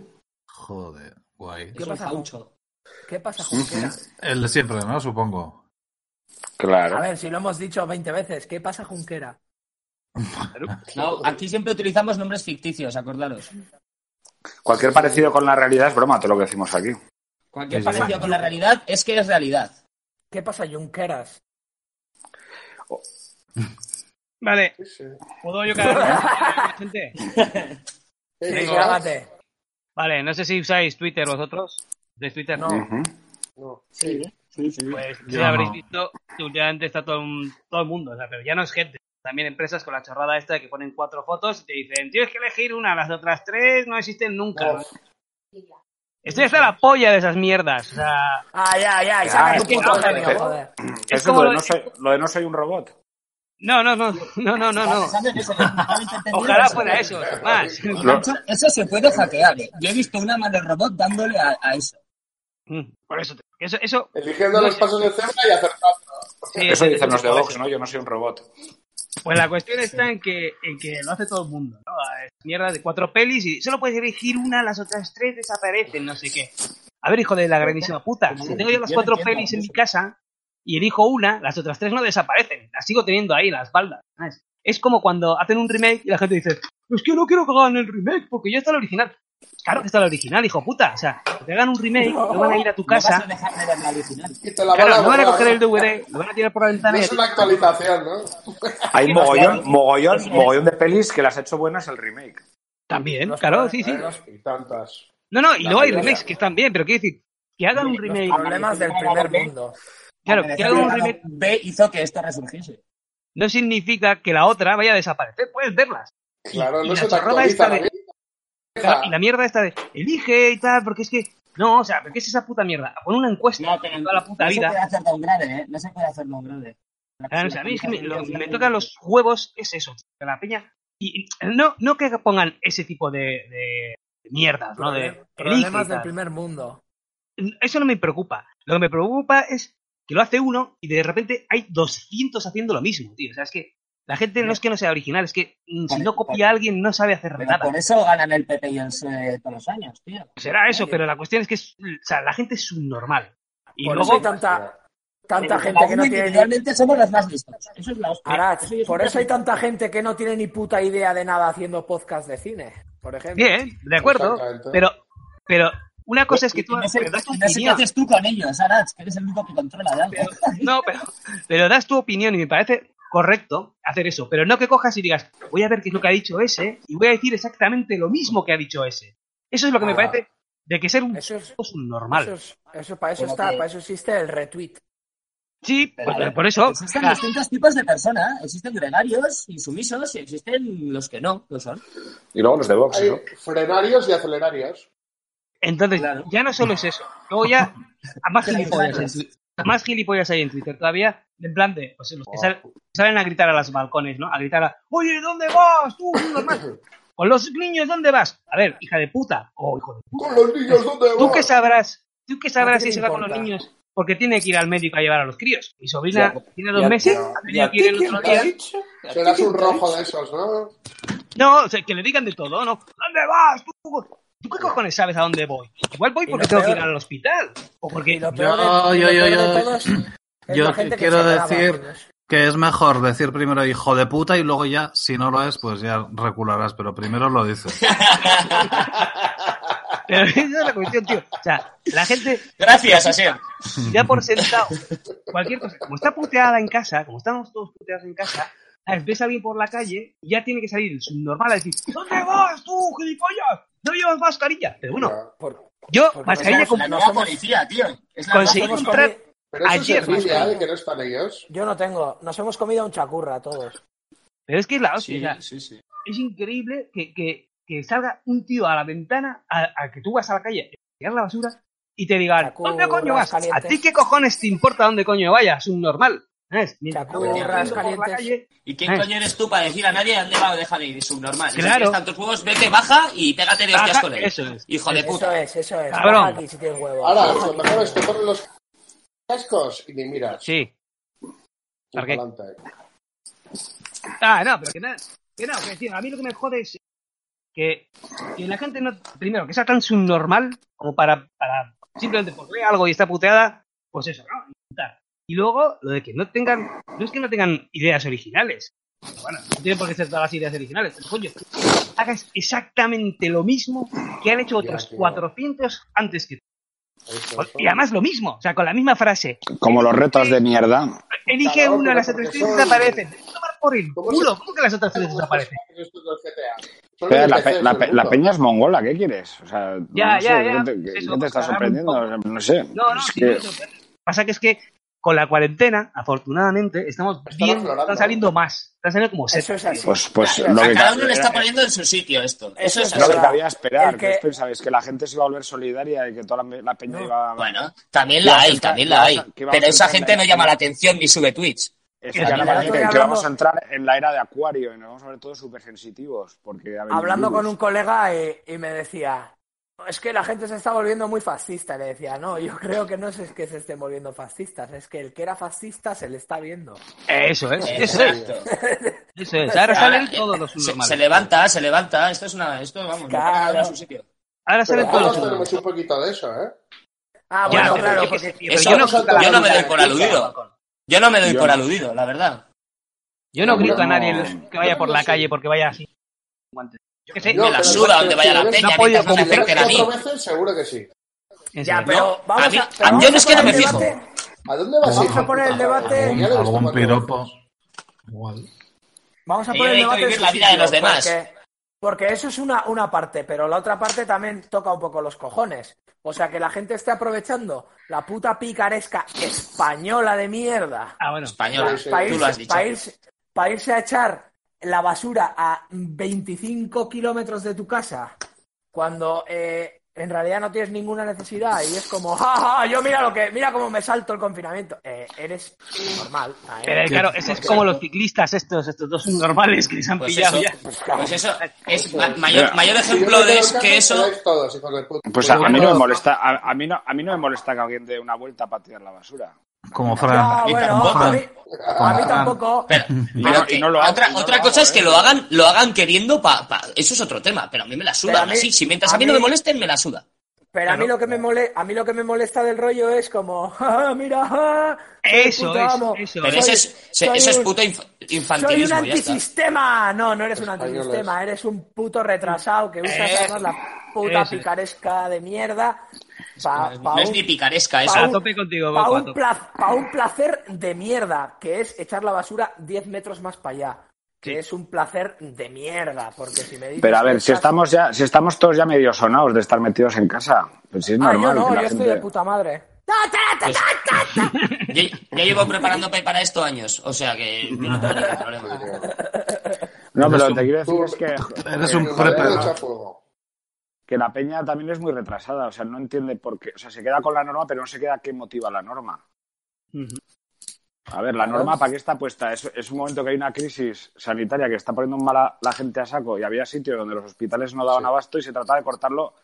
Joder, guay. ¿Qué pasa, Juancho? ¿Qué pasa, Ujú. Junquera? El de siempre, ¿no? Supongo. Claro. A ver, si lo hemos dicho 20 veces, ¿qué pasa, Junquera? No, aquí siempre utilizamos nombres ficticios, acordaros. Cualquier parecido con la realidad es broma, todo lo que decimos aquí. Cualquier Sí, sí, sí. parecido con la realidad es que es realidad. ¿Qué pasa, Junqueras? Vale, Sí. ¿puedo yo cagar? Gente. Sí, no. cágate. Vale, no sé si usáis Twitter vosotros. ¿De Twitter? No. Ujú. No, sí. Pues Yo ya habréis no. visto que últimamente está todo, un- todo el mundo, o sea, pero ya no es gente. También empresas con la chorrada esta de que ponen cuatro fotos y te dicen, tienes que elegir una, las otras tres no existen nunca. Uf. Estoy hasta la polla de esas mierdas. O sea, Ay, ay, ay, Ah, saca Ay, tu puto no, genio, pero- joder. Es Eso es como- lo de, no soy, lo de no soy un robot. no, no, no, no, no, no, no. ¿Sabes eso? Ojalá fuera eso, más. Lo- Eso se puede hackear. Yo he visto una mano robot dándole a, a eso. Mm, Por eso, te- eso, eso, Eligiendo los pasos de cebra y acertando. sí, eso es- dicen es- los de por Vox, eso. ¿no? Yo no soy un robot. Pues la cuestión está en que, en que lo hace todo el mundo, ¿no? Es mierda de cuatro pelis y solo puedes elegir una, las otras tres desaparecen, no sé qué. A ver, hijo de la grandísima puta, si tengo yo las Yo cuatro entiendo, pelis en yo mi casa y elijo una, las otras tres no desaparecen, las sigo teniendo ahí en la espalda. ¿sabes? Es como cuando hacen un remake y la gente dice, es que no quiero que hagan el remake porque ya está el original. Claro que está el original, hijo puta. O sea, que te hagan un remake, no van a ir a tu No casa. vas a dejar de ver la original. Y te la van Claro, a no van a borrar. coger el DVD, lo van a tirar por la No ventana y es una actualización, ¿no? Hay mogollón, mogollón, Sí. mogollón de pelis que las ha hecho buenas el remake. también, Los claro, problemas- sí, sí. Los, Y tantas. No, no, y La luego hay mayoría. remakes que están bien, pero quiero decir, que hagan un los remake. problemas del primer mundo. Claro, que Amanecer hagan un Dorado remake B hizo que esto resurgiese. no significa que la otra vaya a desaparecer, puedes verlas. Claro, y no la se te chorrada actualiza esta de- la Claro, y vida. la mierda esta de elige y tal, porque es que. No, o sea, ¿pero qué es esa puta mierda? Pon una encuesta No, pero en toda la puta no se puede vida. hacer tan grave, ¿eh? No se puede hacer tan grave. Ah, o sea, a mí es que me, lo- me tocan los huevos, es eso, tío, que la peña. Y y no, no que pongan ese tipo de, de mierdas, ¿no? De, elige y Problemas del tal. primer mundo. Eso no me preocupa. Lo que me preocupa es que lo hace uno y de repente hay 200 haciendo lo mismo, tío. O sea, es que la gente no es que no sea original, es que mm, si Vale, no copia a alguien no sabe hacer Pero nada. por eso ganan el PP y el E PSOE todos los años, tío. Será eso, pero la cuestión es que es- o sea, la gente es subnormal. Y por eso luego, hay tanta, tanta Porque gente que no tiene ni individualmente Realmente somos los más listos. Eso es la hostia. Arad, Eso ya es por un eso hay clásico. tanta gente que no tiene ni puta idea de nada haciendo podcast de cine, por ejemplo. bien, de acuerdo, Exactamente. pero, pero una cosa es que Y- tú y no sé, pero das tu y no sé qué opinión. haces tú con ellos, Arach, que eres el único que controla de algo. Pero- no, pero, pero das tu opinión y me parece correcto hacer eso, pero no que cojas y digas, voy a ver qué es lo que ha dicho ese y voy a decir exactamente lo mismo que ha dicho ese. Eso es lo que me Ah. parece de que ser un Eso es, normal. eso es- eso para eso Como está, que- para eso existe el retweet. Sí, Pero, pues, a ver, por eso. Existen o sea, distintos tipos de personas. Existen gregarios y sumisos y existen los que no lo son. Y luego los de Vox, Hay Pues ¿no? frenarios y acelerarios. entonces, Claro. ya no solo es eso. Luego ya, a más Pero gilipollas, hay en joder. Twi- más gilipollas hay en Twitter todavía, en plan de, pues los que sal- salen a gritar a los balcones, ¿no? A gritar a, oye, ¿dónde vas tú? normal? Con los niños, ¿dónde vas? A ver, hija de puta, o hijo de puta. Con los niños, ¿dónde ¿Tú vas? qué sabrás? ¿Tú qué ¿A ti sabrás si qué se te va con los importa? niños? Porque tiene que ir al médico a llevar a los críos. Mi sobrina Ya, tiene dos ya, meses, ya, ha tenido ya, que ir el ¿qué otro te ha día. dicho? Serás un rojo de esos, ¿no? No, o sea, que le digan de todo, ¿no? ¿Dónde vas? ¿Tú, ¿Tú qué cojones sabes a dónde voy? Igual voy Y porque lo tengo que peor- ir al hospital. O Y porque... lo peor de- Yo- y lo yo- yo- peor de yo- todo es- es yo la gente que quiero se graba, decir- coños. Que es mejor decir primero hijo de puta y luego ya, si no lo es, pues ya recularás, pero primero lo dices. Pero esa es la cuestión, tío. O sea, la gente Gracias, Asier. ya por sentado cualquier cosa. Como está puteada en casa, como estamos todos puteados en casa, ¿sabes? ves a alguien por la calle y ya tiene que salir el subnormal a decir ¿Dónde vas tú, gilipollas? No llevas mascarilla. Pero bueno, Por- yo Porque mascarilla somos como... la No somos policía, tío. Es la Conseguí hemos encontrar comido- Pero eso Ayer, es envidia, macho. ¿eh? Que no están ellos. yo no tengo, nos hemos comido un chacurra todos. Pero es que es la hostia. o sea, sí, sí. es increíble que, que- que salga un tío a la ventana a, a que tú vas a la calle a tirar la basura y te digan, Sacudas ¿dónde coño vas? ¿A calientes. ti qué cojones te importa dónde coño vayas? Un normal. ¿Sabes? Mientras Chacurras calientes. ¿Y quién coño eres tú para decir a nadie dónde va o deja de ir subnormal? Eh. Claro. Si tienes tantos huevos, vete, baja y pégate de hostias Baja, con él. Ah, eso es. Hijo de puta. Eso es, eso es. Cabrón. Baja aquí si tienes huevo. Ahora, lo mejor es te pones los cascos y ni miras. Sí. Y ¿Por qué? pa'lante. Ah, no, pero que nada. Que no, que tío, a mí lo que me jode es que, que la gente no. Primero, que sea tan subnormal como para. para simplemente por leer algo y está puteada, pues eso, ¿no? Insultar. Y luego, lo de que no tengan. No es que no tengan ideas originales. Pero Bueno, no tienen por qué ser todas las ideas originales. Pero coño, hagas exactamente lo mismo que han hecho otros tío. 400 antes que tú. Eso, eso. Y además lo mismo, o sea, con la misma frase. Como los retos de mierda. Elige Claro, una, las pero otras porque tres son- desaparecen. Tomar por el ¿Cómo se- culo, ¿cómo que las otras tres desaparecen? Esto del GTA. Son Pero los la, NPCs pe- la del pe- la mundo. peña es mongola, ¿qué quieres? O sea, Ya, no sé, ya, ya, ¿qué te, pues eso, qué te está pues, cagame un sorprendiendo? poco. O sea, No sé. No, no, es sí, que- eso, pero Pasa que es que con la cuarentena, afortunadamente, estamos Están viendo, aflorando. están saliendo más. Están saliendo como Eso es setas. así. Pues, pues Claro, lo a que, A cada uno era- le está poniendo en su sitio esto. Eso Eso es es lo que verdad. cabía esperar. El Que... que- os pensabais que la gente se iba a volver solidaria y que toda la, la peña iba a... Bueno, también Que la vas a hay, estar- también que la vas hay. a- que vas Pero a esa entrar gente en la- no llama la atención ni sube tweets. Es Mira, que, ahora mira, parece estoy que- que vamos hablando- a entrar en la era de acuario y nos vamos a ver todos súper sensitivos. Porque ha venido Hablando el con virus. un colega eh, y, y me decía, es que la gente se está volviendo muy fascista. Le decía, no, yo creo que no es que se estén volviendo fascistas, es que el que era fascista se le está viendo. Eso es, eso es, Exacto. eso es. Ahora Ahora, salen todos los se- subnormales. Se, levanta, se levanta. Esto es una. Esto, vamos, Claro. cada uno a su sitio. Ahora Pero salen todos los todos tenemos subnormales. un poquito de eso, ¿eh? Ah, Ya, bueno, pero claro, yo qué sé, porque... tío, Eso- pero yo no, Vamos a grito a Yo no me nadie- doy por aludido. Yo no me doy Yo por no. aludido, la verdad. yo no Yo grito a no- nadie los- que vaya por la Yo- calle porque vaya así. Guantes. Yo qué sé, me Yo- Me la- la pero suda si donde vaya la eres- peña, No apoyo mientras no se como Tres, afecten a mí. cuatro veces seguro que sí. eso Ya, es. pero No, vamos a mí- a... pero a- vamos yo no es que poner no me el fijo. debate- ¿A dónde vas Vamos a poner el debate... Ya lo he visto algún cuatro veces. piropo. Igual. Vamos a Yo poner el necesito debate en vivir su la vida de sitio, los demás. Porque, porque eso es una, una parte, pero la otra parte también toca un poco los cojones. O sea, que la gente esté aprovechando la puta picaresca española de mierda Ah, bueno. Española, Sí, sí. para tú lo has irse, dicho. pa' irse- pa' irse a echar la basura a 25 kilómetros de tu casa cuando eh, en realidad no tienes ninguna necesidad y es como, ¡ja, ja! Yo mira lo que, mira cómo me salto el confinamiento. Eh, eres normal. ¿eh? Pero claro, ese es como los ciclistas estos, estos dos subnormales que les han Pues pillado eso, ya. pues eso es ma- Mira. mayor, mayor Si yo me ejemplo quedo de en es casa, que eso. quedáis todos, hijos de puta. Pues a, a mí no me molesta, a, a mí no, a mí no me molesta que alguien dé una vuelta para tirar la basura. Como No, Fran. mí bueno, tampoco. a mí, a mí Fran. tampoco. Pero, Y pero no- que y no lo hago, otra, y no otra lo cosa hago, es que ¿eh? lo hagan, lo hagan queriendo pa, pa- eso es otro tema, pero a mí me la Pero a suda mí- así. Si mientras a a mí, no mí- me molesten, me la suda. Pero a mí, lo que me mole, a mí lo que me molesta del rollo es como, ¡Ja, ja, mira, ja, soy Eso puto es, amo, eso soy- Pero ese es, se- soy eso es un- puto inf- Soy un infantilismo, ya está. antisistema. No, no eres un Españoles. antisistema, eres un puto retrasado que usas Eh, además la puta eso es. picaresca de mierda para No es ni picaresca eso. A tope contigo, Paco, a un, tope. pla- pa un placer de mierda, que es echar la basura 10 metros más para allá. Que Sí. es un placer de mierda, porque si me dices... Pero a ver, que si estás- estamos ya, si estamos todos ya medio sonados de estar metidos en casa, pues sí es Ah, yo normal no, yo que la estoy gente. de puta madre. ¡No, ta, ta, ta, ta, ta! Yo, yo llevo preparándome para esto años, o sea que yo no tengo ningún problema. No, Eres pero un- te quiero decir tú- es que, Eres un Me prepper. madero echa fuego. que la peña también es muy retrasada, o sea, no entiende por qué, o sea, se queda con la norma, pero no se queda qué motiva la norma. A ver, la norma para qué está puesta. Es, es un momento que hay una crisis sanitaria que está poniendo mal a la gente a saco y había sitios donde los hospitales no daban Sí. abasto y se trataba de cortarlo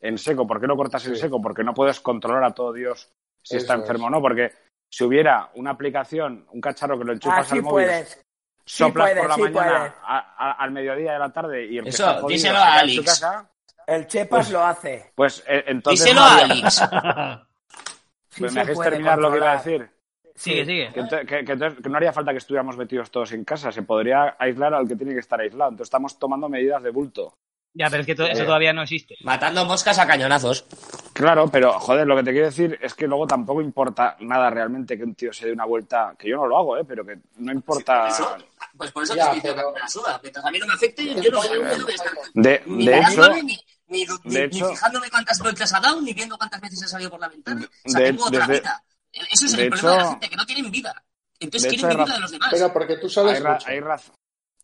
en seco. ¿Por qué lo cortas en Sí. seco? Porque no puedes controlar a todo Dios si Eso está enfermo es. o no. Porque si hubiera una aplicación, un cacharro que lo enchufas Así al móvil, Ah, puedes. Sí soplas puedes, por la sí puedes. mañana a- a- al mediodía y a la tarde y el que Eso, está jodido se díselo a queda en Alex. su casa, El Chepas lo hace. pues eh, entonces Díselo no a habría- Alex. Sí Pues se me dejéis puede terminar lo que iba a controlar. decir. Sigue, sigue. Que, ento- que- que entonces- que no haría falta que estuviéramos metidos todos en casa, se podría aislar al que tiene que estar aislado. Entonces estamos tomando medidas de bulto. Ya, pero es que to- eso todavía no existe. Eh, Matando moscas a cañonazos. Claro, pero joder, lo que te quiero decir es que luego tampoco importa nada realmente que un tío se dé una vuelta, que yo no lo hago, ¿eh? pero que no importa. Eso- pues por eso Ya, te estoy diciendo pero- que me la suda. Mientras a mí no me afecte, yo no yo no tengo que estar De, ni de hecho, mirándole, ni, ni- ni- de ni hecho- fijándome cuántas vueltas ha dado, ni viendo cuántas veces ha salido por la ventana. O sea, de- tengo otra desde- vida. Eso es de el problema de la hecho- gente, que no tienen vida. de Entonces hecho, quieren hay vivir ra- la de los demás. Pero porque tú sabes hay, ra- mucho. hay raz-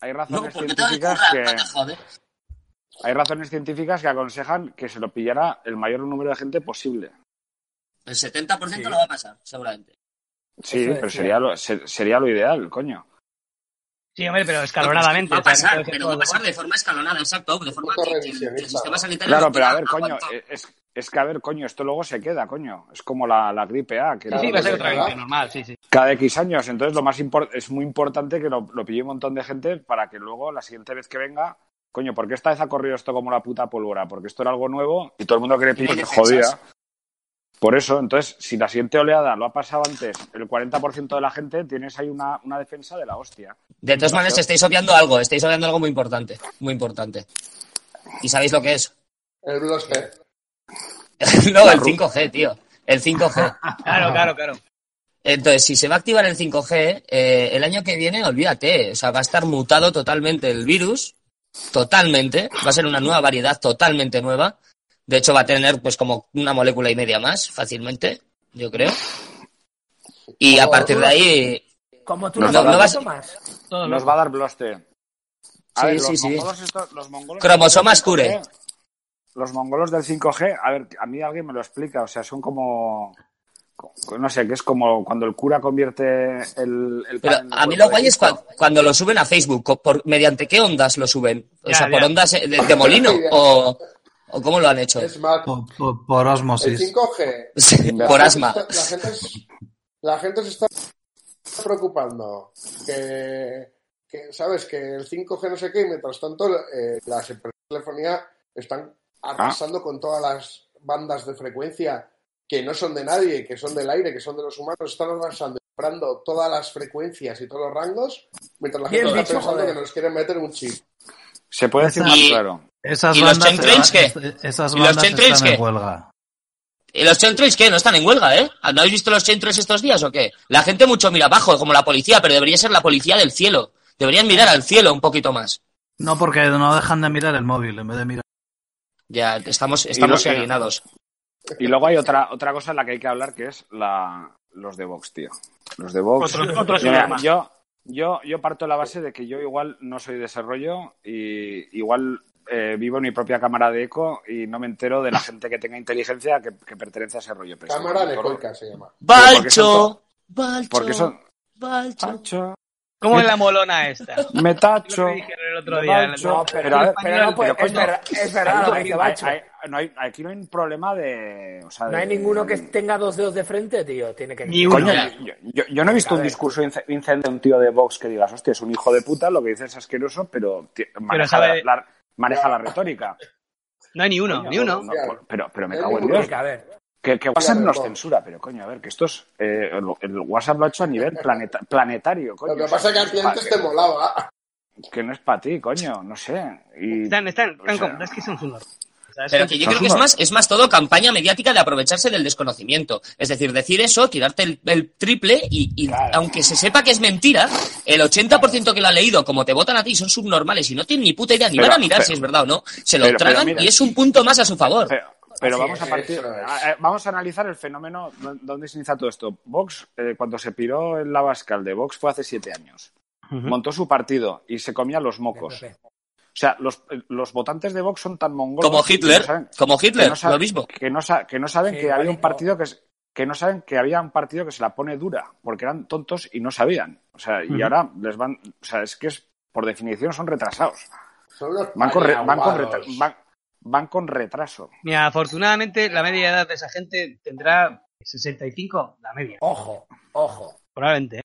hay no, razones porque te da de científicas currar, no te que jode. hay razones científicas que aconsejan que se lo pillara el mayor número de gente posible. El 70% lo va a pasar, seguramente. Sí, pero sería lo, ser- sería lo ideal, coño. Sí, hombre, pero escalonadamente. Va a o sea, no pasar, puede ser pero todo va a de pasar de forma escalonada, exacto, de forma que, que el- que el sistema sanitario... Claro, no pero a pueda ver, coño, eh, aguantar. es, es que a ver, coño, esto luego se queda, coño. Es como la, la gripe A. Que golpe. Sí, sí, la- va a ser que otra cada- vez normal, sí, sí. Cada X años. Entonces, lo más impor- es muy importante que lo, lo pille un montón de gente para que luego, la siguiente vez que venga, coño, ¿por qué esta vez ha corrido esto como la puta pólvora? Porque esto era algo nuevo y todo el mundo que le pille hay se jodía. defensas. Por eso, entonces, si la siguiente oleada lo ha pasado antes, el 40% de la gente, tienes ahí una, una defensa de la hostia. De todas maneras, estáis obviando algo, estáis obviando algo muy importante, muy importante. ¿Y sabéis lo que es? El bloque. no, el 5G, tío. El 5G. Claro, claro, claro. Entonces, si se va a activar el 5G, eh, el año que viene, olvídate, o sea, va a estar mutado totalmente el virus, totalmente, va a ser una nueva variedad totalmente nueva. De hecho, va a tener pues como una molécula y media más, fácilmente, yo creo. Y a partir de ahí, Como tú No, no, no, no vas- tomas. Nos va a dar bloste. A Sí, ver, sí, los sí. mongolos estos- los mongolos cromosomas del 5G, cure. Los mongolos del 5G, a ver, a mí alguien me lo explica, o sea, son como, co- no sé, que es como cuando el cura convierte el... el Pero pan en el a mí cuerpo lo de guay es Cristo. cua- cuando, lo suben a Facebook. co- Por, ¿Mediante qué ondas lo suben? O Ya, sea, ya. ¿por ondas eh, de, de molino? ¿O, o cómo lo han hecho? Es más, Por, por- por el osmosis. 5G. Sí, La por gente asma. está- la, gente es- la gente se está preocupando que, que, ¿sabes? Que el 5G no sé qué, y mientras tanto eh, las empresas de telefonía están Ah. arrasando con todas las bandas de frecuencia que no son de nadie, que son del aire, que son de los humanos, están arrasando y comprando todas las frecuencias y todos los rangos, mientras la Bien gente dicho, está pensando joder. que nos quieren meter un chip. Se puede decir Y- más claro. Esas ¿Y los bandas, chemtrails se van- qué? es- esas ¿Y los bandas chemtrails están en qué? huelga. ¿Y los centros qué? No están en huelga, ¿eh? ¿No habéis visto los centros estos días o qué? La gente mucho mira abajo, como la policía, pero debería ser la policía del cielo. Deberían mirar al cielo un poquito más. No, porque no dejan de mirar el móvil en vez de mirar. Ya, estamos, estamos que- alienados. Y luego hay otra, otra cosa en la que hay que hablar, que es la, Ah, los de Vox, tío. Los de Vox. Otros- otros Mira, problemas. yo, yo, yo parto de la base de que yo igual no soy de ese rollo y igual eh, vivo en mi propia cámara de eco y no me entero de la gente que tenga inteligencia que, que pertenece a ese rollo. Pero sí, Cámara por- Necoica se llama. porque son ¡Balcho! to- ¡Balcho! Porque son... ¡Balcho! Tacho, ¿Cómo es la molona esta? me tacho. Lo que dijeron el otro me día, el- tacho. No, pero- pero, a ver, pero no puede- pero, es coño, verdad- es verdad lo que dice Bacho. hay- hay- no hay- aquí no hay un problema de... o sea, No hay de- ninguno que tenga dos dedos de frente, tío. Tiene que Ni uno. Coño, yo, yo- yo no he visto un discurso ince- incendio de un tío de Vox que digas, hostia, es un hijo de puta, lo que dices es asqueroso, pero ti- maneja, sabe- la, la- maneja la retórica. No hay ni uno, ni uno. No, por- pero, pero me Ya, cago en ninguno. Tiene Dios. que haber. Que, que WhatsApp Ya, nos no. censura, pero coño, a ver, que esto es. eh, el, el WhatsApp lo ha hecho a nivel planeta- planetario, coño. Lo que o sea, pasa es que a ti pa- antes te molaba. que no es para ti, coño, no sé. Y, Están, están, o sea, están como, es que son zurdos. O sea, es Pero que- que yo son creo que es unos- más, es más todo campaña mediática de aprovecharse del desconocimiento. Es decir, decir eso, tirarte el, el triple y, y Claro. aunque se sepa que es mentira, el 80% que lo ha leído, como te votan a ti, son subnormales y no tienen ni puta idea, ni Pero- van a mirar pero- si es verdad o no. Se lo pero- pero tragan mira. y es un punto más a su favor. Pero, pero Así vamos es, a partir, eso es. a- a- vamos a analizar el fenómeno, dó- dónde se inicia todo esto. Vox, eh, cuando se piró el Abascal de Vox fue hace siete años. Montó su partido y se comía los mocos. Pepe. O sea, los, eh, los votantes de Vox son tan mongolos. Como Hitler, que no saben- como que Hitler, no saben- lo mismo. Que no, sa- que no saben Sí, que había un igualito. partido que, es- que no saben que había un partido que se la pone dura, porque eran tontos y no sabían. O sea, y ahora les van, o sea, es que es, por definición son retrasados. Son unos Van con, re- van con retra- pariaguados. van- van con retraso. Mira, afortunadamente la media edad de esa gente tendrá 65, la media, Ojo, ojo. probablemente. ¿eh?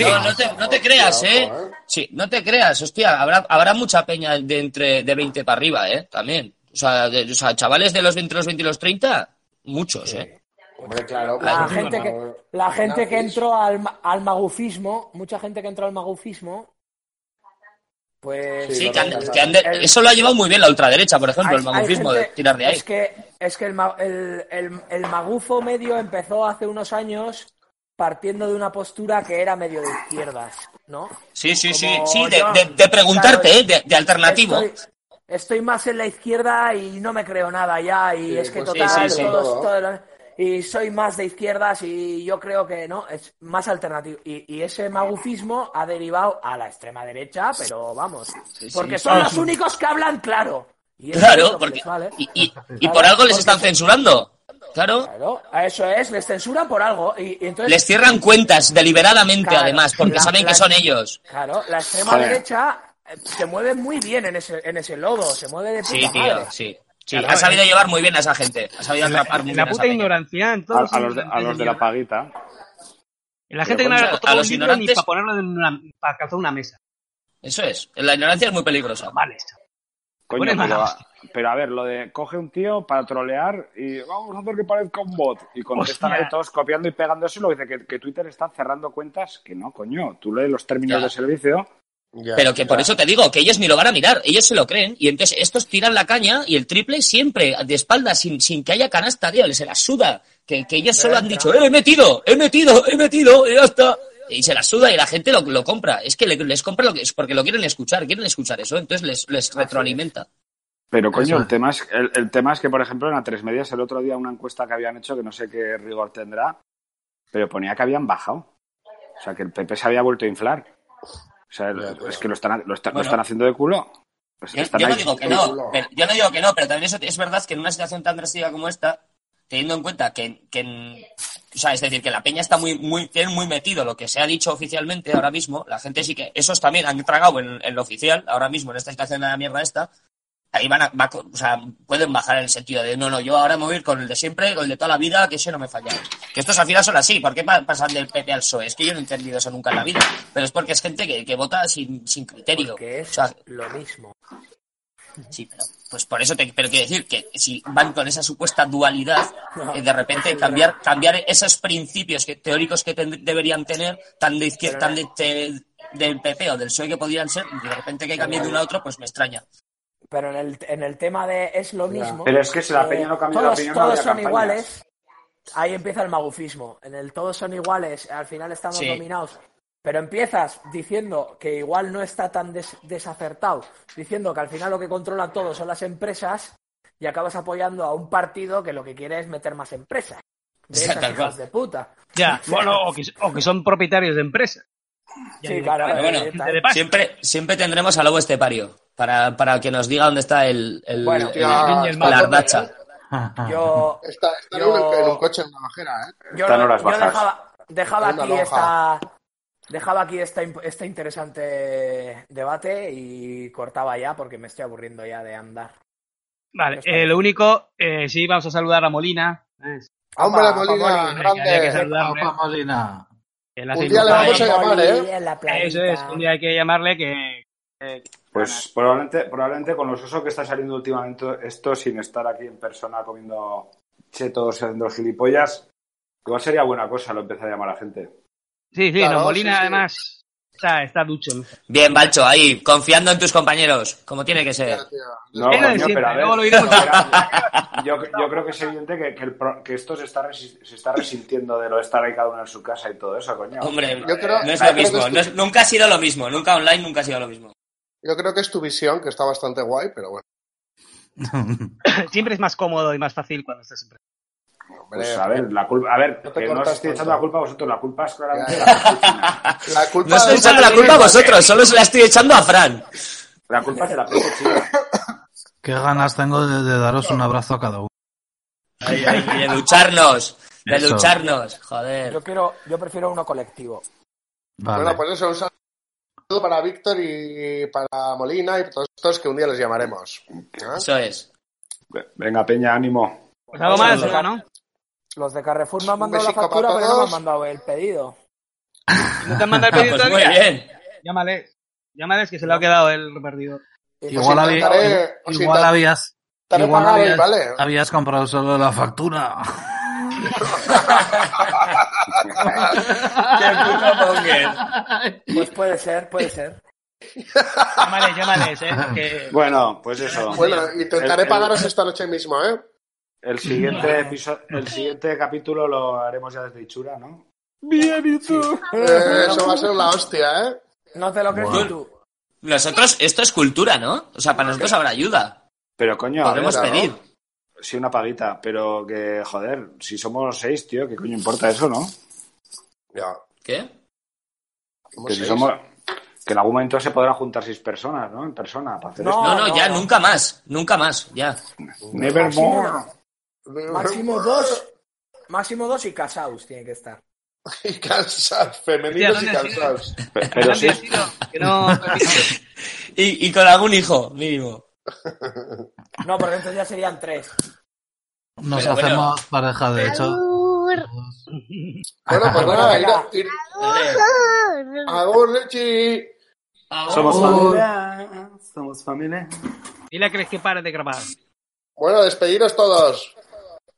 No, no te, no te creas, ¿eh? Sí, no te creas, hostia, habrá, habrá mucha peña de entre de 20 para arriba, ¿eh? También. O sea, de- o sea, chavales de los 20, los 20 y los 30, muchos, ¿eh? Hombre, claro. La claro, gente que, claro. la gente que Nazis. entró al, ma- al magufismo, mucha gente que entró al magufismo, pues... Sí, Sí, lo que han- rechazaron. que han de- El- eso lo ha llevado muy bien la ultraderecha, por ejemplo, hay- el magufismo hay de gente- tirar de ahí. Es que, es que el, ma- el- el- el magufo medio empezó hace unos años partiendo de una postura que era medio de izquierdas, ¿no? sí, sí, sí, como sí, de, yo- de- de preguntarte, claro, ¿eh? de, de alternativo. Estoy, estoy más en la izquierda y no me creo nada ya. Y Sí, es que pues sí, total, sí, sí. todos- todos los- y soy más de izquierdas y yo creo que no, es más alternativo. Y, y ese magufismo ha derivado a la extrema derecha, pero vamos, Sí, sí. porque son los únicos que hablan claro. Y eso es lo Claro, que porque. les vale. Y, y- y Claro, por algo les están porque- censurando. Claro. Claro, a eso es, les censuran por algo. Y, y entonces, Les cierran cuentas deliberadamente, Claro, además, porque la- saben la- que son ellos. Claro, la extrema Joder. derecha eh, se mueve muy bien en ese, en ese lodo, se mueve de Sí, puta madre. tío, sí. Sí, Claro, ha sabido eh. llevar muy bien a esa gente. Ha sabido atrapar muy La bien a esa puta peña. ignorancia, A, entonces. a los de, a los de la paguita. La gente Pero, que no coño, ha a tomado los un libro ignorantes- ni para ponerlo en una, para calzar una mesa. Pues Eso es. La ignorancia es muy peligrosa. Vale. Coño, Ponen pero, mala a, pero a ver, lo de coge un tío para trolear y vamos a hacer que parezca un bot. Y contestan Hostia. ahí todos copiando y pegando eso y lo dice que, que Twitter está cerrando cuentas. Que no, coño. Tú lees los términos Ya. de servicio. Pero que por eso te digo, que ellos ni lo van a mirar, ellos se lo creen, y entonces estos tiran la caña y el triple siempre de espalda, sin, sin que haya canasta, tío, se la suda, que, que ellos solo han dicho, "Eh, he metido, he metido, he metido, y ya está. Y se la suda y la gente lo, lo compra, es que le- les compra lo que es porque lo quieren escuchar, quieren escuchar eso, entonces les, les retroalimenta. Pero coño, Eso el es. tema, es, el, el tema es que, por ejemplo, en a tres medias el otro día una encuesta que habían hecho, que no sé qué rigor tendrá, pero ponía que habían bajado. O sea, que el PP se había vuelto a inflar. O sea, el- es que lo están, lo están- lo Bueno. están haciendo de culo. Pues Yo, están yo no ahí- digo que no, pero, yo no digo que no, pero también eso- es verdad que en una situación tan drástica como esta, teniendo en cuenta que, que en- o sea, es decir, que la peña está muy, muy, tienen muy metido lo que se ha dicho oficialmente ahora mismo, la gente sí que, esos también han tragado en, en lo oficial, ahora mismo, en esta situación de la mierda esta, ahí van a, va co- o sea, pueden bajar en el sentido de, no, no, yo ahora me voy a ir con el de siempre, con el de toda la vida, que ese no me falla. Que estos al final son así, ¿por qué pa- pasan del PP al PSOE? E? Es que yo no he entendido eso nunca en la vida, pero es porque es gente que, que vota sin, sin criterio. Porque es O sea, lo mismo. Sí, pero pues por eso te pero quiero decir que si van con esa supuesta dualidad, eh, de repente cambiar cambiar esos principios que, teóricos que ten- deberían tener tan de izquierda, tan de, de- del PP o del PSOE que podrían ser, de repente que cambien de uno a otro, pues me extraña. Pero en el, en el tema de es lo mismo. Pero es que si la eh, peña no cambia de todos, opinión, no todos habría son campañas. iguales. Ahí empieza el magufismo. En el todos son iguales, al final estamos Sí. dominados. Pero empiezas diciendo que igual no está tan des- desacertado, diciendo que al final lo que controlan todos son las empresas y acabas apoyando a un partido que lo que quiere es meter más empresas. De Sí, esas tal hijas cual. de puta. Ya, bueno, o que, o que son propietarios de empresas. Ya Sí, directamente, claro, Pero bueno, gente de pasta. siempre, siempre tendremos a Lobo Estepario para, para que nos diga dónde está el, el, Bueno, el- ya, el- está la todo ardacha. Ah, Yo, Está, está Yo- en, un, en un coche en una bajera, ¿eh? yo, Están horas yo bajas. dejaba, dejaba Una aquí lonja. esta dejaba aquí esta imp- este interesante debate y cortaba ya porque me estoy aburriendo ya de andar. Vale, Está eh, lo único, eh, sí, vamos a saludar a Molina. eh, ¡Hombre, Apa, Molina! hombre, que había que ¡Grande! eh, saludarle. Molina. que la Un seis día le nos vamos a trae. llamar, Poli ¿eh? en la Eso es, playita. un día hay que llamarle que... eh, Pues probablemente, probablemente con los usos que está saliendo últimamente esto, sin estar aquí en persona comiendo chetos haciendo gilipollas, igual sería buena cosa lo empezar a llamar a gente. sí, sí, Claro, no, Molina sí, sí. además está, está ducho. ¿no? Bien, Balcho, ahí, confiando en tus compañeros, como tiene que ser. Ya, tío. No, Es lo de coño, siempre, pero a ver, luego lo iremos pero era- yo, yo creo que es evidente que, que el pro- que esto se está, resi- se está resintiendo de lo de estar ahí cada uno en su casa y todo eso, coño. Hombre, Yo creo- no es yo lo creo que mismo. es- no es- nunca ha sido lo mismo. Nunca online, nunca ha sido lo mismo. Yo creo que es tu visión, que está bastante guay, pero bueno. Siempre es más cómodo y más fácil cuando estás en persona. Pues a ver, la culpa, a ver, No te que no os cortas estoy tanto. echando la culpa a vosotros, la culpa es claramente Ya, la piscina. La culpa No estoy de- echando la culpa a vosotros, solo se la estoy echando a Fran. La culpa es de la propia chica. Qué ganas tengo de, de daros un abrazo a cada uno. Ay, ay, y de lucharnos. De Eso. lucharnos. Joder. Yo quiero, yo prefiero uno colectivo. Vale. Bueno, pues eso, un saludo para Víctor y para Molina y todos estos que un día les llamaremos. ¿eh? Eso es. Venga, Peña, ánimo. Pues algo más, ¿no? ¿no? Los de Carrefour me han Un mandado la besico para factura, pero no me han todos. mandado el pedido. ¿No te han mandado el Ah, pedido pues muy todavía? bien. Llámale. Llámales que se le ha quedado el repartidor. Pues Os Igual, había- intentaré- Pues os igual intent- habías, Te lo he igual pagado habías, y vale. habías comprado solo la factura. Qué puto Ah, monger. Pues puede ser, puede ser. Llámales, llámales, eh. Que... Bueno, pues eso. Bueno, intentaré El- el- pagaros esta noche mismo, ¿eh? El siguiente, episo- el siguiente capítulo lo haremos ya desde Ichura, ¿no? Eh, Eso va a ser la hostia, ¿eh? No te lo crees Bueno. ni tú. Nosotros, esto es cultura, ¿no? O sea, para nosotros habrá ayuda. Pero coño, a Podremos ver, claro. pedir. sí una paguita, pero que joder, si somos seis, tío, ¿qué coño importa eso, no? Ya. ¿Qué? Que somos si seis. somos que en algún momento se podrán juntar seis personas, ¿no? En persona para hacer No, esto. No, no, no, ya, no. nunca más. Nunca más, ya. Nevermore. Máximo dos. Máximo dos y casados tiene que estar. Y cansados, femeninos Hostia, y ¿dónde ha sido? cansados. Pero sí. Que no, Y, y con algún hijo, mínimo. No, porque entonces ya serían tres. Nos Pero bueno. hacemos pareja, de hecho. Bueno, pues Bueno, nada, ir, venga. a- ir, agur, Richie. Somos familia. Somos familia. Dile que les que pare de grabar. Bueno, despediros todos.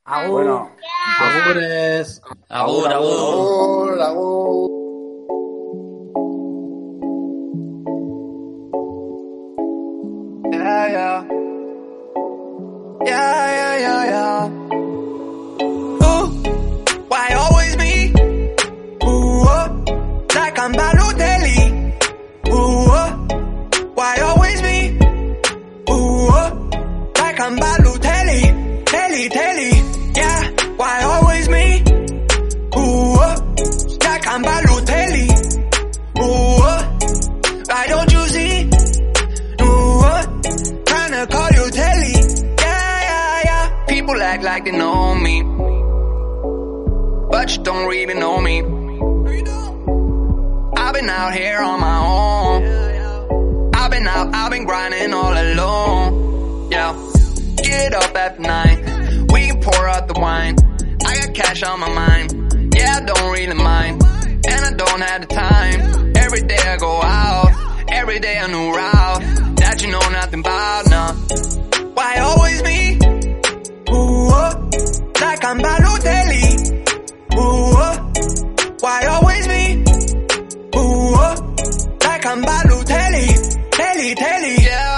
Aún. Bueno, Favores. Agur, agur. Agur, agur. Yeah, yeah. Yeah, yeah, yeah, yeah. Ooh, why always me? Ooh, oh, like I'm Balotelli. Ooh, oh, why always me? Ooh, oh, like I'm Balotelli. Telly, telly, yeah, why always me? Ooh, oh, like I'm Balotelli. Ooh, oh, why don't you see? Ooh, oh, tryna call you Telly. Yeah, yeah, yeah. People act like they know me but you don't really know me. I've been out here on my own. I've been out, I've been grinding all alone. Yeah, get up at nine. We can pour out the wine. I got cash on my mind. Yeah, I don't really mind. And I don't have the time. Every day I go out. Every day a new route that you know nothing about. Nah, why always me? Ooh, oh, like I'm Balotelli. Ooh, oh, why always me? Ooh, oh, like I'm Balotelli, Telly, Telly, yeah. oh, oh. oh. oh. oh. oh.